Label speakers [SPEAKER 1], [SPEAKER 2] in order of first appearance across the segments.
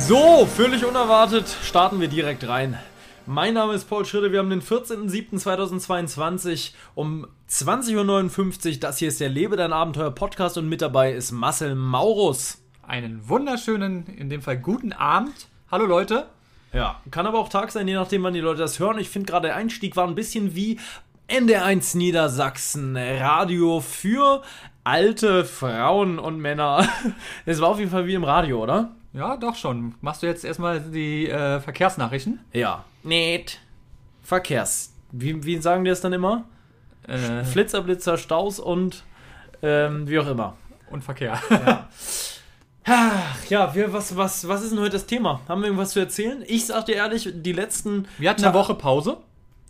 [SPEAKER 1] So, völlig unerwartet starten wir direkt rein. Mein Name ist Paul Schritte, wir haben den 14.07.2022 um 20.59 Uhr. Das hier ist der Lebe dein Abenteuer Podcast und mit dabei ist Marcel Maurus.
[SPEAKER 2] Einen wunderschönen, in dem Fall guten Abend. Hallo Leute.
[SPEAKER 1] Ja, kann aber auch Tag sein, je nachdem, wann die Leute das hören. Ich finde gerade der Einstieg war ein bisschen wie NDR1 Niedersachsen Radio für alte Frauen und Männer. Das war auf jeden Fall wie im Radio, oder?
[SPEAKER 2] Ja, doch schon. Machst du jetzt erstmal die äh, Verkehrsnachrichten?
[SPEAKER 1] Ja. Nicht. Verkehrs. Wie, wie sagen die das dann immer?
[SPEAKER 2] Äh,
[SPEAKER 1] Flitzer, Staus und ähm, wie auch immer.
[SPEAKER 2] und Verkehr.
[SPEAKER 1] Ach ja, wir, was, was, was ist denn heute das Thema? Haben wir irgendwas zu erzählen? Ich sag dir ehrlich, die letzten.
[SPEAKER 2] Wir hatten eine Woche Pause.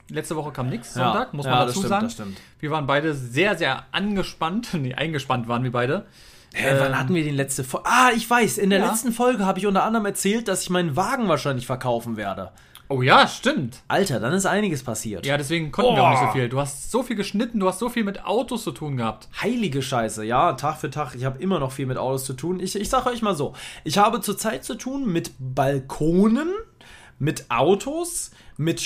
[SPEAKER 2] Letzte Woche kam nichts Sonntag, muss
[SPEAKER 1] ja,
[SPEAKER 2] man
[SPEAKER 1] das
[SPEAKER 2] dazu
[SPEAKER 1] stimmt,
[SPEAKER 2] sagen.
[SPEAKER 1] das stimmt.
[SPEAKER 2] Wir waren beide sehr, sehr angespannt. Nee, eingespannt waren wir beide.
[SPEAKER 1] Hä, wann
[SPEAKER 2] Ähm,
[SPEAKER 1] hatten wir den letzte Folge? Ah, ich weiß, in der
[SPEAKER 2] Ja.
[SPEAKER 1] letzten Folge habe ich unter anderem erzählt, dass ich meinen Wagen wahrscheinlich verkaufen werde.
[SPEAKER 2] Oh ja, stimmt.
[SPEAKER 1] Alter, dann ist einiges passiert.
[SPEAKER 2] Ja, deswegen konnten wir auch nicht so
[SPEAKER 1] Boah.
[SPEAKER 2] viel. Du hast so viel geschnitten, du hast so viel mit Autos zu tun gehabt.
[SPEAKER 1] Heilige Scheiße, ja, Tag für Tag. Ich habe immer noch viel mit Autos zu tun. Ich, ich sage euch mal so: Ich habe zurzeit zu tun mit Balkonen, mit Autos, mit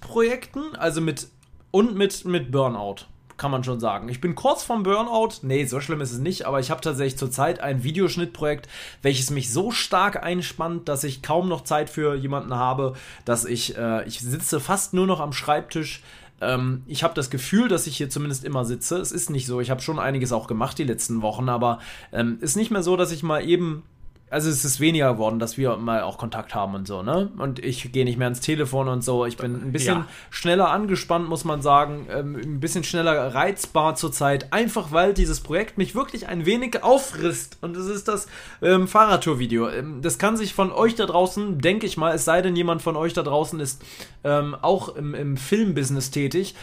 [SPEAKER 1] Schnittprojekten, also mit und mit, mit Burnout. Kann man schon sagen. Ich bin kurz vom Burnout. Nee, so schlimm ist es nicht, aber ich habe tatsächlich zurzeit ein Videoschnittprojekt, welches mich so stark einspannt, dass ich kaum noch Zeit für jemanden habe, dass ich, äh, ich sitze fast nur noch am Schreibtisch, ähm, ich habe das Gefühl, dass ich hier zumindest immer sitze. Es ist nicht so. Ich habe schon einiges auch gemacht die letzten Wochen, aber ähm, ist nicht mehr so, dass ich mal eben. Also es ist weniger geworden, dass wir mal auch Kontakt haben und so, ne? Und ich gehe nicht mehr ans Telefon und so. Ich bin ein bisschen
[SPEAKER 2] Ja.
[SPEAKER 1] schneller angespannt, muss man sagen. Ähm, ein bisschen schneller reizbar zurzeit. Einfach weil dieses Projekt mich wirklich ein wenig auffrisst. Und es ist das ähm, Fahrradtour-Video. Ähm, das kann sich von euch da draußen, denke ich mal, es sei denn, jemand von euch da draußen ist ähm, auch im, im Filmbusiness tätig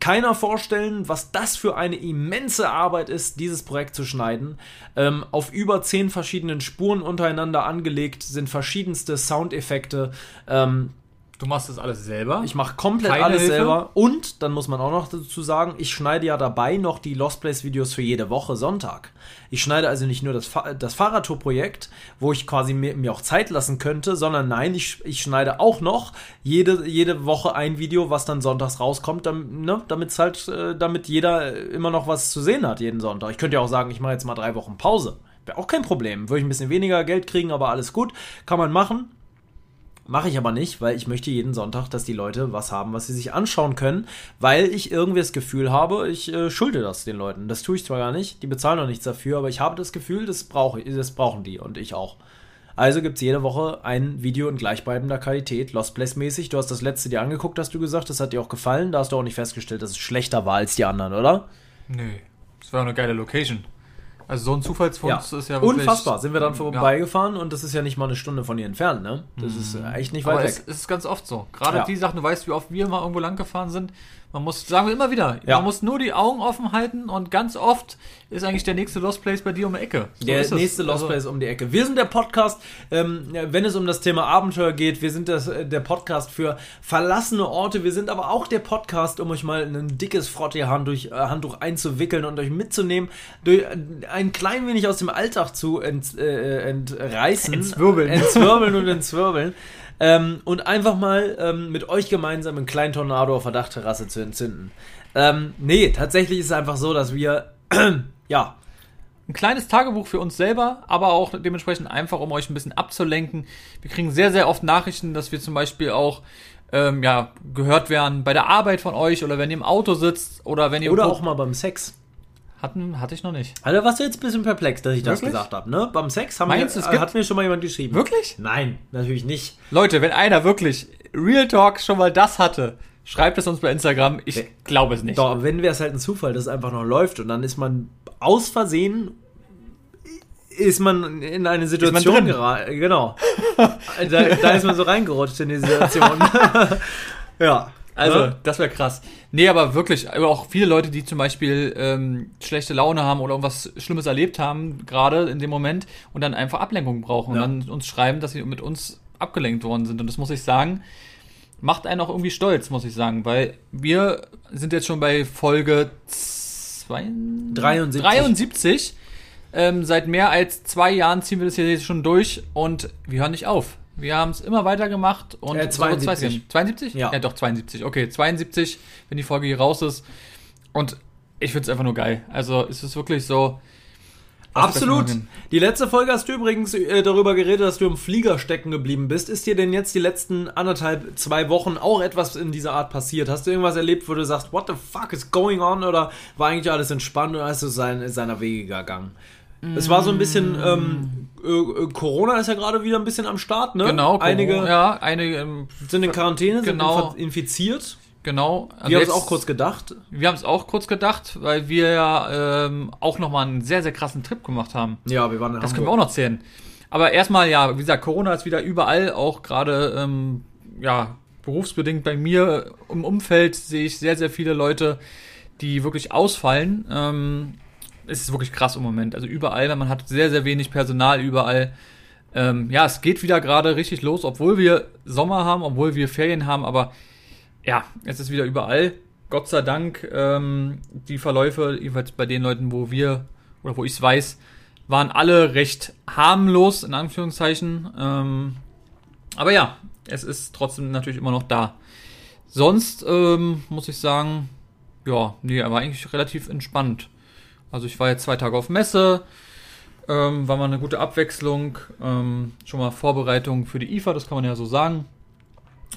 [SPEAKER 1] keiner vorstellen, was das für eine immense Arbeit ist, dieses Projekt zu schneiden. Ähm, auf über zehn verschiedenen Spuren untereinander angelegt sind verschiedenste Soundeffekte. Ähm,
[SPEAKER 2] Du machst das alles selber.
[SPEAKER 1] ich mache komplett
[SPEAKER 2] Keine
[SPEAKER 1] alles
[SPEAKER 2] Hilfe?
[SPEAKER 1] selber. Und dann muss man auch noch dazu sagen, ich schneide ja dabei noch die Lost Place Videos für jede Woche Sonntag. Ich schneide also nicht nur das, Fa das Fahrradtour-Projekt, wo ich quasi mir, mir auch Zeit lassen könnte, sondern nein, ich, ich schneide auch noch jede, jede Woche ein Video, was dann sonntags rauskommt, damit ne, damit's halt, äh, damit jeder immer noch was zu sehen hat jeden Sonntag. Ich könnte ja auch sagen, ich mache jetzt mal drei Wochen Pause. Wäre auch kein Problem. Würde ich ein bisschen weniger Geld kriegen, aber alles gut. Kann man machen. Mache ich aber nicht, weil ich möchte jeden Sonntag, dass die Leute was haben, was sie sich anschauen können, weil ich irgendwie das Gefühl habe, ich äh, schulde das den Leuten. Das tue ich zwar gar nicht, die bezahlen noch nichts dafür, aber ich habe das Gefühl, das, brauche, ich- das brauchen die und ich auch. Also gibt es jede Woche ein Video in gleichbleibender Qualität, Lost Place mäßig. Du hast das letzte dir angeguckt, hast du gesagt, das hat dir auch gefallen. Da hast du auch nicht festgestellt, dass es schlechter war als die anderen, oder?
[SPEAKER 2] Nee, das war eine geile Location. Also so ein Zufallsfund ist ja wirklich...
[SPEAKER 1] Unfassbar. Sind wir dann
[SPEAKER 2] Ja.
[SPEAKER 1] vorbeigefahren und das ist ja nicht mal eine Stunde von hier entfernt, ne? Das ist äh, echt nicht weit
[SPEAKER 2] Mhm. Aber
[SPEAKER 1] weg.
[SPEAKER 2] es, es ist ganz oft so. Gerade
[SPEAKER 1] Ja.
[SPEAKER 2] die Sachen, du weißt, wie oft wir mal irgendwo lang gefahren sind. Man muss, sagen wir immer wieder,
[SPEAKER 1] Ja.
[SPEAKER 2] man muss nur die Augen offen halten und ganz oft ist eigentlich der nächste Lost Place bei dir um die Ecke. So
[SPEAKER 1] Der
[SPEAKER 2] ist es.
[SPEAKER 1] nächste Lost
[SPEAKER 2] Also,
[SPEAKER 1] Place um die Ecke. Wir sind der Podcast, ähm, wenn es um das Thema Abenteuer geht, wir sind das, äh, der Podcast für verlassene Orte. Wir sind aber auch der Podcast, um euch mal ein dickes Frottee-Handtuch äh, Handtuch einzuwickeln und euch mitzunehmen, durch, äh, ein klein wenig aus dem Alltag zu ent, äh, entreißen. äh,
[SPEAKER 2] Entzwirbeln.
[SPEAKER 1] Entzwirbeln und entzwirbeln. Ähm, und einfach mal ähm, mit euch gemeinsam einen kleinen Tornado auf der Dachterrasse zu entzünden. Ähm, nee, tatsächlich ist es einfach so, dass wir, ja,
[SPEAKER 2] Ein kleines Tagebuch für uns selber, aber auch dementsprechend einfach, um euch ein bisschen abzulenken. Wir kriegen sehr, sehr oft Nachrichten, dass wir zum Beispiel auch ähm, ja, gehört werden bei der Arbeit von euch oder wenn ihr im Auto sitzt oder wenn ihr
[SPEAKER 1] oder
[SPEAKER 2] irgendwo-
[SPEAKER 1] auch mal beim Sex.
[SPEAKER 2] hatten, hatte ich noch nicht.
[SPEAKER 1] Also warst du jetzt ein bisschen perplex, dass ich das
[SPEAKER 2] Wirklich?
[SPEAKER 1] gesagt habe, ne? Beim Sex haben
[SPEAKER 2] Meinst
[SPEAKER 1] wir,
[SPEAKER 2] du, es gibt-
[SPEAKER 1] hat mir schon mal jemand geschrieben.
[SPEAKER 2] Wirklich?
[SPEAKER 1] Nein, natürlich nicht.
[SPEAKER 2] Leute, wenn einer wirklich Real Talk schon mal das hatte, Schreibt es uns bei Instagram. Ich
[SPEAKER 1] Nee.
[SPEAKER 2] glaube es nicht.
[SPEAKER 1] Doch, aber wenn wäre es halt ein Zufall, dass es einfach noch läuft und dann ist man aus Versehen ist man in eine Situation
[SPEAKER 2] drin?
[SPEAKER 1] geraten. Genau. da, da ist man so reingerutscht in die Situation. ja.
[SPEAKER 2] Also,
[SPEAKER 1] Ne?
[SPEAKER 2] das wäre krass. Nee, aber wirklich, aber auch viele Leute, die zum Beispiel ähm, schlechte Laune haben oder irgendwas Schlimmes erlebt haben, gerade in dem Moment, und dann einfach Ablenkung brauchen
[SPEAKER 1] Ja.
[SPEAKER 2] und dann uns schreiben, dass sie mit uns abgelenkt worden sind. Und das muss ich sagen, macht einen auch irgendwie stolz, muss ich sagen, weil wir sind jetzt schon bei Folge zwei,
[SPEAKER 1] 73.
[SPEAKER 2] 73. Ähm, seit mehr als zwei Jahren ziehen wir das hier schon durch und wir hören nicht auf. Wir haben es immer weitergemacht und
[SPEAKER 1] Äh,
[SPEAKER 2] so wird's
[SPEAKER 1] 72.
[SPEAKER 2] weitergehen. 72?
[SPEAKER 1] Ja.
[SPEAKER 2] doch, 72. Okay, 72, wenn die Folge hier raus ist. Und ich finde es einfach nur geil. Also es ist wirklich so. was
[SPEAKER 1] Absolut.
[SPEAKER 2] besser machen.
[SPEAKER 1] Die letzte Folge hast du übrigens äh, darüber geredet, dass du im Flieger stecken geblieben bist. Ist dir denn jetzt die letzten anderthalb, zwei Wochen auch etwas in dieser Art passiert? Hast du irgendwas erlebt, wo du sagst, what the fuck is going on? Oder war eigentlich alles entspannt und alles ist sein, seiner Wege gegangen? Es war so ein
[SPEAKER 2] Mm.
[SPEAKER 1] bisschen, ähm, äh, äh, Corona ist ja gerade wieder ein bisschen am Start, ne?
[SPEAKER 2] Genau,
[SPEAKER 1] Einige
[SPEAKER 2] Corona, ja, einige, ähm,
[SPEAKER 1] sind in Quarantäne,
[SPEAKER 2] Genau.
[SPEAKER 1] sind inf- infiziert.
[SPEAKER 2] genau. Also
[SPEAKER 1] Wir haben es
[SPEAKER 2] jetzt-
[SPEAKER 1] auch kurz gedacht.
[SPEAKER 2] Wir haben es auch kurz gedacht, weil wir ja ähm, auch nochmal einen sehr, sehr krassen Trip gemacht haben.
[SPEAKER 1] Ja, wir waren in
[SPEAKER 2] Das können wir
[SPEAKER 1] Hamburg.
[SPEAKER 2] auch noch zählen. Aber erstmal, ja, wie gesagt, Corona ist wieder überall, auch gerade, ähm, ja, berufsbedingt bei mir im Umfeld sehe ich sehr, sehr viele Leute, die wirklich ausfallen. Ähm, es ist wirklich krass im Moment. Also überall, weil man hat sehr, sehr wenig Personal überall. Ähm, ja, es geht wieder gerade richtig los, obwohl wir Sommer haben, obwohl wir Ferien haben, aber ja, es ist wieder überall. Gott sei Dank, ähm, die Verläufe, jedenfalls bei den Leuten, wo wir oder wo ich es weiß, waren alle recht harmlos, in Anführungszeichen. Ähm, aber ja, es ist trotzdem natürlich immer noch da. Sonst ähm, muss ich sagen, ja, nee, aber eigentlich relativ entspannt. Also ich war jetzt zwei Tage auf Messe, ähm, war mal eine gute Abwechslung, ähm, schon mal Vorbereitung für die IFA, das kann man ja so sagen.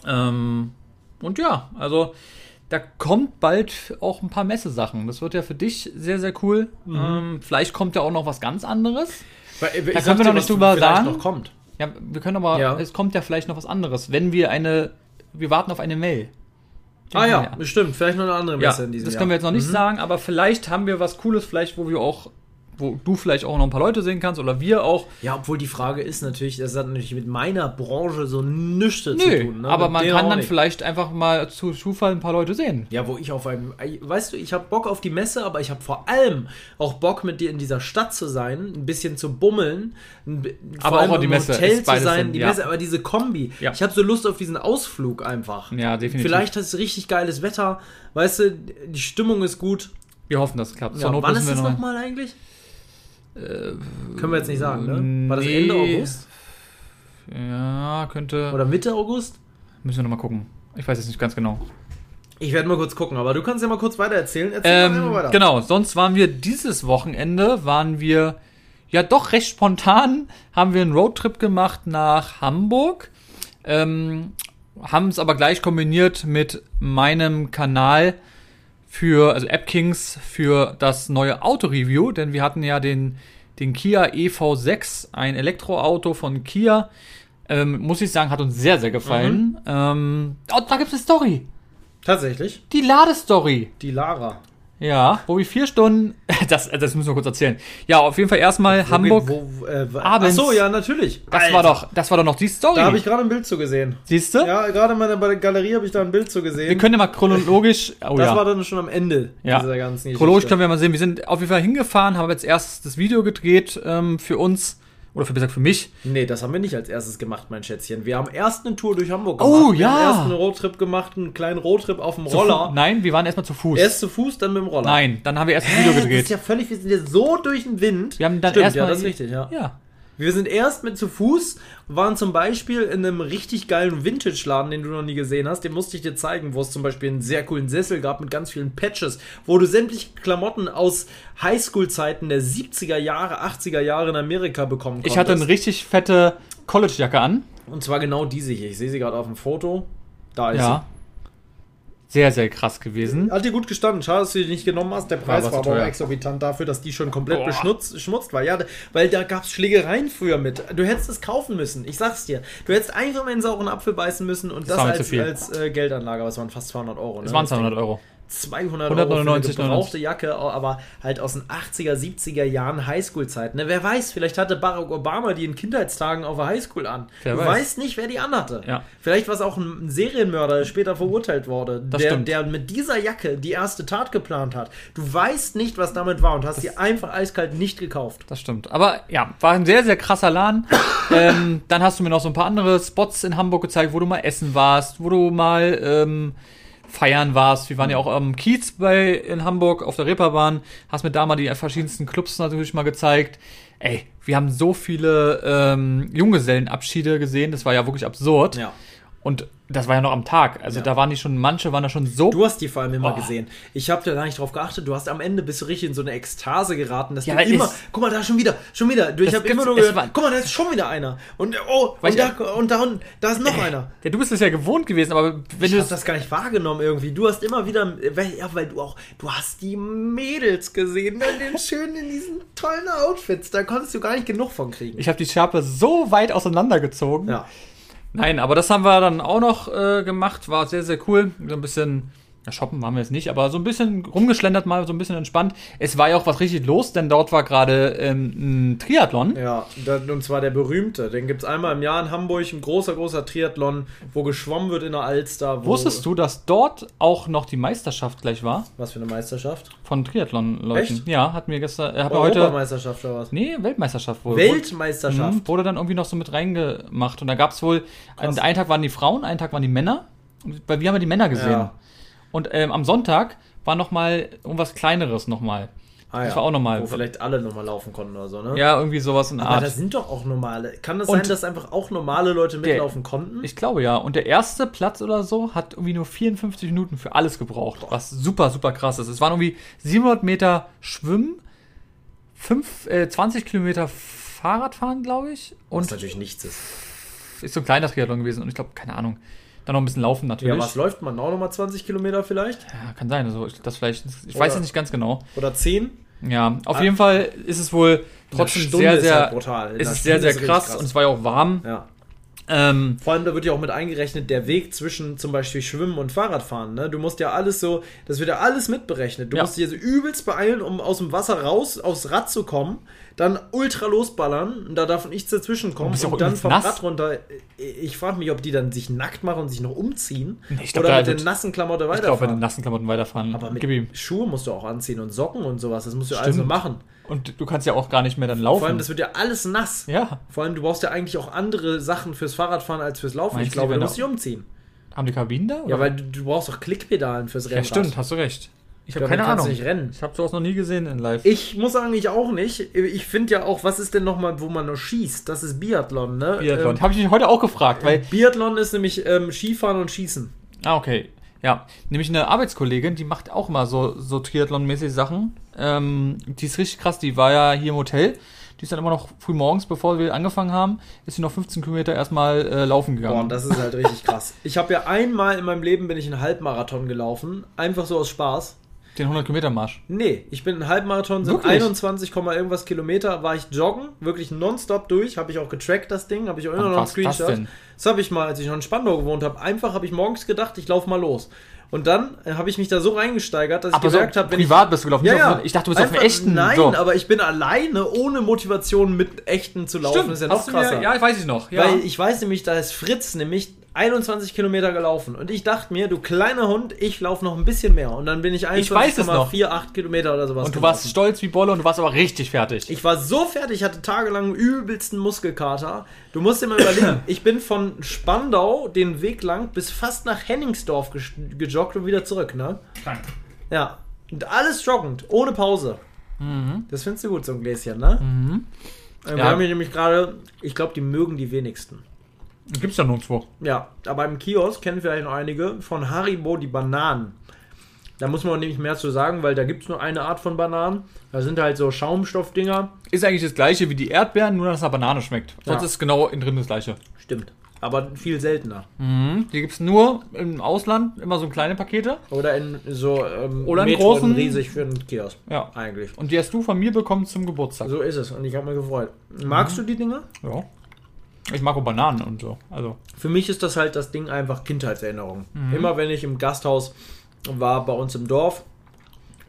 [SPEAKER 2] Ähm, und ja, also da kommt bald auch ein paar Messesachen. Das wird ja für dich sehr, sehr cool.
[SPEAKER 1] Mhm.
[SPEAKER 2] Ähm, vielleicht kommt ja auch noch was ganz anderes.
[SPEAKER 1] Weil, äh, ich
[SPEAKER 2] können
[SPEAKER 1] sag
[SPEAKER 2] wir
[SPEAKER 1] dir,
[SPEAKER 2] noch
[SPEAKER 1] was
[SPEAKER 2] nicht drüber
[SPEAKER 1] vielleicht
[SPEAKER 2] sagen.
[SPEAKER 1] Noch kommt.
[SPEAKER 2] Ja, wir können aber,
[SPEAKER 1] Ja.
[SPEAKER 2] es kommt ja vielleicht noch was anderes, wenn wir eine, wir warten auf eine Mail.
[SPEAKER 1] Ah
[SPEAKER 2] Denken
[SPEAKER 1] ja, Mhm.
[SPEAKER 2] wir,
[SPEAKER 1] stimmt. Vielleicht noch eine andere
[SPEAKER 2] Ja,
[SPEAKER 1] Messe in diesem
[SPEAKER 2] das
[SPEAKER 1] Jahr.
[SPEAKER 2] können wir jetzt noch nicht sagen, aber vielleicht haben wir was Cooles, vielleicht wo wir auch, wo du vielleicht auch noch ein paar Leute sehen kannst oder wir auch.
[SPEAKER 1] Ja, obwohl die Frage ist natürlich, das hat natürlich mit meiner Branche so nichts zu
[SPEAKER 2] Nö,
[SPEAKER 1] tun. Ne?
[SPEAKER 2] aber
[SPEAKER 1] Mit
[SPEAKER 2] man
[SPEAKER 1] denen auch
[SPEAKER 2] kann dann
[SPEAKER 1] nicht.
[SPEAKER 2] vielleicht einfach mal zu Zufall ein paar Leute sehen.
[SPEAKER 1] Ja, wo ich auf einem. Weißt du, ich habe Bock auf die Messe, aber ich habe vor allem auch Bock, mit dir in dieser Stadt zu sein, ein bisschen zu bummeln, ein bi- vor
[SPEAKER 2] Aber auch
[SPEAKER 1] allem
[SPEAKER 2] auf die
[SPEAKER 1] im
[SPEAKER 2] Messe,
[SPEAKER 1] Hotel
[SPEAKER 2] ist
[SPEAKER 1] zu
[SPEAKER 2] beides
[SPEAKER 1] sein,
[SPEAKER 2] dann,
[SPEAKER 1] die
[SPEAKER 2] ja.
[SPEAKER 1] Messe, aber diese Kombi.
[SPEAKER 2] Ja.
[SPEAKER 1] Ich habe so Lust auf diesen Ausflug einfach.
[SPEAKER 2] Ja, definitiv.
[SPEAKER 1] Vielleicht hast du richtig geiles Wetter, weißt du, die Stimmung ist gut.
[SPEAKER 2] Wir hoffen, das klappt.
[SPEAKER 1] Ja, wann ist das nochmal eigentlich? Können wir jetzt nicht sagen, ne? War das Ende
[SPEAKER 2] Äh, nee.
[SPEAKER 1] August?
[SPEAKER 2] Ja, könnte.
[SPEAKER 1] Oder Mitte August?
[SPEAKER 2] Müssen wir nochmal gucken. Ich weiß jetzt nicht ganz genau.
[SPEAKER 1] Ich werde mal kurz gucken, aber du kannst ja mal kurz weitererzählen. Erzähl mal
[SPEAKER 2] Ähm,
[SPEAKER 1] immer weiter.
[SPEAKER 2] genau, sonst waren wir dieses Wochenende, waren wir ja doch recht spontan, haben wir einen Roadtrip gemacht nach Hamburg, ähm, haben es aber gleich kombiniert mit meinem Kanal für, also AppKings für das neue Auto-Review, denn wir hatten ja den, den Kia EV6, ein Elektroauto von Kia. Ähm, muss ich sagen, hat uns sehr, sehr gefallen.
[SPEAKER 1] Mhm.
[SPEAKER 2] Ähm, oh, da gibt es eine Story.
[SPEAKER 1] Tatsächlich.
[SPEAKER 2] Die Ladestory.
[SPEAKER 1] Die Lara.
[SPEAKER 2] Ja, wo wir vier Stunden. Das, das müssen wir kurz erzählen. Ja, auf jeden Fall erstmal Hamburg.
[SPEAKER 1] Wo, äh,
[SPEAKER 2] Abends.
[SPEAKER 1] Ach so, ja, natürlich.
[SPEAKER 2] das war doch, das war doch noch die Story.
[SPEAKER 1] Da habe ich gerade ein Bild zu gesehen.
[SPEAKER 2] Siehst du?
[SPEAKER 1] Ja, gerade in meiner bei der Galerie habe ich da ein Bild zu gesehen.
[SPEAKER 2] Wir können ja mal chronologisch. Oh
[SPEAKER 1] das
[SPEAKER 2] ja.
[SPEAKER 1] war dann schon am Ende
[SPEAKER 2] ja.
[SPEAKER 1] dieser ganzen
[SPEAKER 2] Chronologisch können wir mal sehen. Wir sind auf jeden Fall hingefahren, haben jetzt erst das Video gedreht ähm, für uns. Oder für besser gesagt für mich.
[SPEAKER 1] Nee, das haben wir nicht als erstes gemacht, mein Schätzchen. Wir haben erst eine Tour durch Hamburg gemacht.
[SPEAKER 2] Oh,
[SPEAKER 1] wir
[SPEAKER 2] ja.
[SPEAKER 1] haben erst einen Roadtrip gemacht, einen kleinen Roadtrip auf dem
[SPEAKER 2] Zu Fu-
[SPEAKER 1] Roller.
[SPEAKER 2] Nein, wir waren erstmal zu Fuß.
[SPEAKER 1] Erst zu Fuß, dann mit dem Roller. Äh,
[SPEAKER 2] Nein, dann haben wir erst das Video
[SPEAKER 1] Das ist
[SPEAKER 2] gedreht.
[SPEAKER 1] ja völlig, wir sind ja so durch den Wind.
[SPEAKER 2] Wir haben dann
[SPEAKER 1] Stimmt,
[SPEAKER 2] erstmal-
[SPEAKER 1] ja, das ist richtig, ja.
[SPEAKER 2] ja.
[SPEAKER 1] Wir sind erst mit zu Fuß, waren zum Beispiel in einem richtig geilen Vintage-Laden, den du noch nie gesehen hast. Den musste ich dir zeigen, wo es zum Beispiel einen sehr coolen Sessel gab mit ganz vielen Patches, wo du sämtliche Klamotten aus Highschool-Zeiten der 70er Jahre, 80er Jahre in Amerika bekommen konntest.
[SPEAKER 2] Ich hatte eine richtig fette College-Jacke an.
[SPEAKER 1] Und zwar genau diese hier. Ich sehe sie gerade auf dem Foto. Da ist
[SPEAKER 2] Ja. sehr, sehr krass gewesen.
[SPEAKER 1] Hat dir gut gestanden. Schade, dass du die nicht genommen hast. Der Preis
[SPEAKER 2] Mhm. aber
[SPEAKER 1] war,
[SPEAKER 2] zu
[SPEAKER 1] aber auch
[SPEAKER 2] teuer.
[SPEAKER 1] exorbitant dafür, dass die schon komplett
[SPEAKER 2] Boah.
[SPEAKER 1] beschmutzt beschmutzt war. Ja, d- weil da gab es Schlägereien früher mit. Du hättest es kaufen müssen. Ich sag's dir. Du hättest einfach mal einen sauren Apfel beißen müssen und das,
[SPEAKER 2] war mir zu
[SPEAKER 1] als,
[SPEAKER 2] viel.
[SPEAKER 1] als äh, Geldanlage. Aber es waren fast 200 Euro. ne?
[SPEAKER 2] Das waren 200 Euro.
[SPEAKER 1] 200
[SPEAKER 2] 199,
[SPEAKER 1] Euro für eine gebrauchte Jacke, aber halt aus den 80er, 70er Jahren Highschool-Zeit. Ne? Wer weiß, vielleicht hatte Barack Obama die in Kindheitstagen auf der Highschool an.
[SPEAKER 2] Wer
[SPEAKER 1] du
[SPEAKER 2] weiß.
[SPEAKER 1] weißt nicht, wer die anhatte.
[SPEAKER 2] Ja.
[SPEAKER 1] Vielleicht war es auch ein ein Serienmörder, der später verurteilt wurde,
[SPEAKER 2] Das
[SPEAKER 1] der,
[SPEAKER 2] stimmt.
[SPEAKER 1] der mit dieser Jacke die erste Tat geplant hat. Du weißt nicht, was damit war und hast sie einfach eiskalt nicht gekauft.
[SPEAKER 2] Das stimmt. Aber ja, war ein sehr, sehr krasser Laden. ähm, dann hast du mir noch so ein paar andere Spots in Hamburg gezeigt, wo du mal essen warst, wo du mal ähm, feiern warst. Wir waren ja auch am Kiez bei in Hamburg auf der Reeperbahn. Hast mir da mal die verschiedensten Clubs natürlich mal gezeigt. Ey, wir haben so viele ähm, Junggesellenabschiede gesehen. Das war ja wirklich absurd.
[SPEAKER 1] Ja.
[SPEAKER 2] Und das war ja noch am Tag. Also
[SPEAKER 1] Ja.
[SPEAKER 2] da waren die schon, manche waren da schon so
[SPEAKER 1] Du hast die vor allem immer
[SPEAKER 2] Oh.
[SPEAKER 1] gesehen. Ich habe da gar nicht drauf geachtet. Du hast am Ende bist du richtig in so eine Ekstase geraten, dass
[SPEAKER 2] Ja,
[SPEAKER 1] du
[SPEAKER 2] weil
[SPEAKER 1] immer.
[SPEAKER 2] es-
[SPEAKER 1] Guck mal, da schon wieder, schon wieder. Du, ich
[SPEAKER 2] Das
[SPEAKER 1] habe immer
[SPEAKER 2] gibt's-
[SPEAKER 1] nur
[SPEAKER 2] es
[SPEAKER 1] gehört.
[SPEAKER 2] war-
[SPEAKER 1] Guck mal, da ist schon wieder einer. Und oh,
[SPEAKER 2] Weil
[SPEAKER 1] und da,
[SPEAKER 2] ich-
[SPEAKER 1] und da und da ist noch einer.
[SPEAKER 2] Ja, du bist es ja gewohnt gewesen, aber wenn
[SPEAKER 1] Ich
[SPEAKER 2] du
[SPEAKER 1] habe
[SPEAKER 2] es
[SPEAKER 1] das gar nicht wahrgenommen irgendwie. Du hast immer wieder, weil, ja, weil du auch, du hast die Mädels gesehen, in den schönen, in diesen tollen Outfits. Da konntest du gar nicht genug von kriegen.
[SPEAKER 2] Ich habe die Schärpe so weit auseinandergezogen.
[SPEAKER 1] Ja.
[SPEAKER 2] Nein, aber das haben wir dann auch noch äh, gemacht. War sehr, sehr cool. So ein bisschen, ja, shoppen waren wir jetzt nicht, aber so ein bisschen rumgeschlendert mal, so ein bisschen entspannt. Es war ja auch was richtig los, denn dort war gerade ähm, ein Triathlon.
[SPEAKER 1] Ja, das, und zwar der berühmte. Den gibt es einmal im Jahr in Hamburg, ein großer, großer Triathlon, wo geschwommen wird in der Alster. Wo,
[SPEAKER 2] Wusstest du, dass dort auch noch die Meisterschaft gleich war?
[SPEAKER 1] Was für eine Meisterschaft?
[SPEAKER 2] Von Triathlon-Leuten.
[SPEAKER 1] Echt?
[SPEAKER 2] Ja, hat mir gestern, äh, hat mir heute.
[SPEAKER 1] Europameisterschaft oder was?
[SPEAKER 2] Nee, Weltmeisterschaft wohl.
[SPEAKER 1] Weltmeisterschaft.
[SPEAKER 2] Mhm, wurde dann irgendwie noch so mit reingemacht. Und da gab es wohl, an einen Tag waren die Frauen, einen Tag waren die Männer. Und Bei wir haben ja die Männer gesehen.
[SPEAKER 1] Ja.
[SPEAKER 2] Und ähm, am Sonntag war nochmal irgendwas Kleineres nochmal.
[SPEAKER 1] Ah,
[SPEAKER 2] Das war auch nochmal-
[SPEAKER 1] Wo vielleicht alle nochmal laufen konnten oder so, ne?
[SPEAKER 2] Ja, irgendwie sowas in der
[SPEAKER 1] Aber das
[SPEAKER 2] Art.
[SPEAKER 1] sind doch auch normale. Kann das
[SPEAKER 2] Und-
[SPEAKER 1] sein, dass einfach auch normale Leute
[SPEAKER 2] Der-
[SPEAKER 1] mitlaufen konnten?
[SPEAKER 2] Ich glaube ja. Und der erste Platz oder so hat irgendwie nur 54 Minuten für alles gebraucht. Was super, super krass ist. Es waren irgendwie 700 Meter Schwimmen, fünf, äh, 20 Kilometer Fahrradfahren, glaube ich.
[SPEAKER 1] was
[SPEAKER 2] Und
[SPEAKER 1] natürlich nichts ist.
[SPEAKER 2] ist so ein kleiner Triathlon gewesen. Und ich glaube, keine Ahnung. Dann noch ein bisschen laufen natürlich.
[SPEAKER 1] Ja, was läuft man? Auch nochmal 20 Kilometer vielleicht?
[SPEAKER 2] Ja, kann sein. Also ich, das vielleicht, ich
[SPEAKER 1] Oder-
[SPEAKER 2] weiß es nicht ganz genau.
[SPEAKER 1] Oder 10?
[SPEAKER 2] Ja, auf
[SPEAKER 1] Ah.
[SPEAKER 2] jeden Fall ist es wohl trotzdem
[SPEAKER 1] Stunde
[SPEAKER 2] sehr,
[SPEAKER 1] ist
[SPEAKER 2] sehr,
[SPEAKER 1] halt brutal. In
[SPEAKER 2] ist
[SPEAKER 1] einer
[SPEAKER 2] es sehr,
[SPEAKER 1] Stunde
[SPEAKER 2] sehr
[SPEAKER 1] ist richtig
[SPEAKER 2] krass.
[SPEAKER 1] krass.
[SPEAKER 2] Und es war ja auch warm.
[SPEAKER 1] Ja.
[SPEAKER 2] Ähm,
[SPEAKER 1] Vor allem, da wird ja auch mit eingerechnet der Weg zwischen zum Beispiel Schwimmen und Fahrradfahren. Ne? Du musst ja alles so, das wird ja alles mitberechnet. Du
[SPEAKER 2] Ja.
[SPEAKER 1] musst dich also übelst beeilen, um aus dem Wasser raus, aufs Rad zu kommen, dann ultra losballern, und da darf nichts dazwischen kommen
[SPEAKER 2] bist ja auch
[SPEAKER 1] und dann
[SPEAKER 2] übelst
[SPEAKER 1] vom
[SPEAKER 2] nass.
[SPEAKER 1] Rad runter. Äh, Ich frage mich, ob die dann sich nackt machen und sich noch umziehen
[SPEAKER 2] Nee, ich glaub,
[SPEAKER 1] oder
[SPEAKER 2] da
[SPEAKER 1] mit den
[SPEAKER 2] wird-
[SPEAKER 1] nassen Klamotten
[SPEAKER 2] ich glaube, mit
[SPEAKER 1] weiterfahren.
[SPEAKER 2] den nassen Klamotten weiterfahren.
[SPEAKER 1] Aber
[SPEAKER 2] Gib ihm.
[SPEAKER 1] mit Schuhe musst du auch anziehen und Socken und sowas. Das musst du also
[SPEAKER 2] Stimmt.
[SPEAKER 1] machen.
[SPEAKER 2] Und du kannst ja auch gar nicht mehr dann laufen.
[SPEAKER 1] Vor allem, das wird ja alles nass.
[SPEAKER 2] ja,
[SPEAKER 1] Vor allem, du brauchst ja eigentlich auch andere Sachen fürs Fahrradfahren als fürs Laufen.
[SPEAKER 2] Meinst
[SPEAKER 1] ich
[SPEAKER 2] du,
[SPEAKER 1] glaube,
[SPEAKER 2] wenn
[SPEAKER 1] du
[SPEAKER 2] du-
[SPEAKER 1] musst dich umziehen.
[SPEAKER 2] haben die Kabinen da?
[SPEAKER 1] Ja,
[SPEAKER 2] oder?
[SPEAKER 1] weil du, du brauchst doch Klickpedalen fürs
[SPEAKER 2] ja
[SPEAKER 1] Rennrad.
[SPEAKER 2] stimmt, hast du recht. Ich habe
[SPEAKER 1] Damit
[SPEAKER 2] keine
[SPEAKER 1] kannst
[SPEAKER 2] Ahnung.
[SPEAKER 1] du nicht rennen.
[SPEAKER 2] Ich habe sowas noch nie gesehen in live.
[SPEAKER 1] Ich muss sagen, ich auch nicht. Ich finde ja auch, was ist denn nochmal, wo man noch schießt? Das ist Biathlon, ne?
[SPEAKER 2] Biathlon.
[SPEAKER 1] Ähm,
[SPEAKER 2] habe ich mich heute auch gefragt, weil
[SPEAKER 1] Biathlon ist nämlich ähm, Skifahren und Schießen.
[SPEAKER 2] Ah, okay. Ja, nämlich eine Arbeitskollegin, die macht auch mal so, so Triathlon-mäßig Sachen. Ähm, die ist richtig krass, die war ja hier im Hotel. Die ist dann immer noch früh morgens, bevor wir angefangen haben, ist sie noch 15 Kilometer erstmal äh, laufen
[SPEAKER 1] Boah,
[SPEAKER 2] gegangen.
[SPEAKER 1] und das ist halt richtig krass. Ich habe ja einmal in meinem Leben bin ich einen Halbmarathon gelaufen. Einfach so aus Spaß.
[SPEAKER 2] Den 100-Kilometer-Marsch.
[SPEAKER 1] Nee, ich bin einen Halbmarathon, sind
[SPEAKER 2] Wirklich?
[SPEAKER 1] 21, Komma irgendwas Kilometer, war ich joggen, wirklich nonstop durch, habe ich auch getrackt, das Ding, habe ich auch immer
[SPEAKER 2] Wann
[SPEAKER 1] noch einen
[SPEAKER 2] warst du das
[SPEAKER 1] Screenshot.
[SPEAKER 2] denn?
[SPEAKER 1] Das habe ich mal, als ich noch in Spandau gewohnt habe, einfach habe ich morgens gedacht, ich laufe mal los. Und dann äh, habe ich mich da so reingesteigert, dass ich
[SPEAKER 2] Aber so
[SPEAKER 1] gemerkt habe, wenn ich...
[SPEAKER 2] privat bist du gelaufen. nicht auf, ich dachte, du bist auf
[SPEAKER 1] Einfach-
[SPEAKER 2] dem echten.
[SPEAKER 1] Nein,
[SPEAKER 2] so.
[SPEAKER 1] aber ich bin alleine, ohne Motivation mit echten zu laufen, ist ja noch
[SPEAKER 2] hast du mir-
[SPEAKER 1] krasser.
[SPEAKER 2] ja, weiß ich noch. Ja.
[SPEAKER 1] Weil ich weiß nämlich, da ist Fritz nämlich 21 Kilometer gelaufen. Und ich dachte mir, du kleiner Hund, ich laufe noch ein bisschen mehr. Und dann bin ich
[SPEAKER 2] Ich weiß es noch.
[SPEAKER 1] 21,48 Kilometer oder sowas.
[SPEAKER 2] und du warst
[SPEAKER 1] gelaufen.
[SPEAKER 2] stolz wie Bolle und du warst aber richtig fertig.
[SPEAKER 1] Ich war so fertig, ich hatte tagelang einen übelsten Muskelkater. Du musst dir mal überlegen, ich bin von Spandau den Weg lang bis fast nach Henningsdorf ges- gejoggt und wieder zurück, ne? Ja. Und alles joggend, ohne Pause. Das findest du gut, so ein Gläschen, ne? Äh, Wir
[SPEAKER 2] Mhm. Ja.
[SPEAKER 1] haben hier nämlich gerade, ich glaube, die mögen die wenigsten.
[SPEAKER 2] Gibt's ja nirgendwo.
[SPEAKER 1] Ja, aber im Kiosk kennen vielleicht noch einige von Haribo die Bananen. Da muss man nämlich mehr zu sagen, weil da gibt es nur eine Art von Bananen. Da sind halt so Schaumstoffdinger.
[SPEAKER 2] Ist eigentlich das gleiche wie die Erdbeeren, nur dass es nach Banane schmeckt. Sonst
[SPEAKER 1] Ja.
[SPEAKER 2] ist es genau innen drin das gleiche.
[SPEAKER 1] Stimmt. aber viel seltener.
[SPEAKER 2] Mhm. Die gibt es nur im Ausland, immer so kleine Pakete.
[SPEAKER 1] Oder in so ähm,
[SPEAKER 2] Oder in
[SPEAKER 1] Metro
[SPEAKER 2] großen-
[SPEAKER 1] riesig für einen Kiosk.
[SPEAKER 2] Ja.
[SPEAKER 1] Eigentlich.
[SPEAKER 2] Und die hast du von mir bekommen zum Geburtstag.
[SPEAKER 1] So ist es und ich habe mich gefreut. Magst
[SPEAKER 2] Mhm.
[SPEAKER 1] du die Dinger?
[SPEAKER 2] Ja. Ich mag auch Bananen und so. Also.
[SPEAKER 1] Für mich ist das halt das Ding einfach Kindheitserinnerung.
[SPEAKER 2] Mhm.
[SPEAKER 1] Immer wenn ich im Gasthaus war, bei uns im Dorf,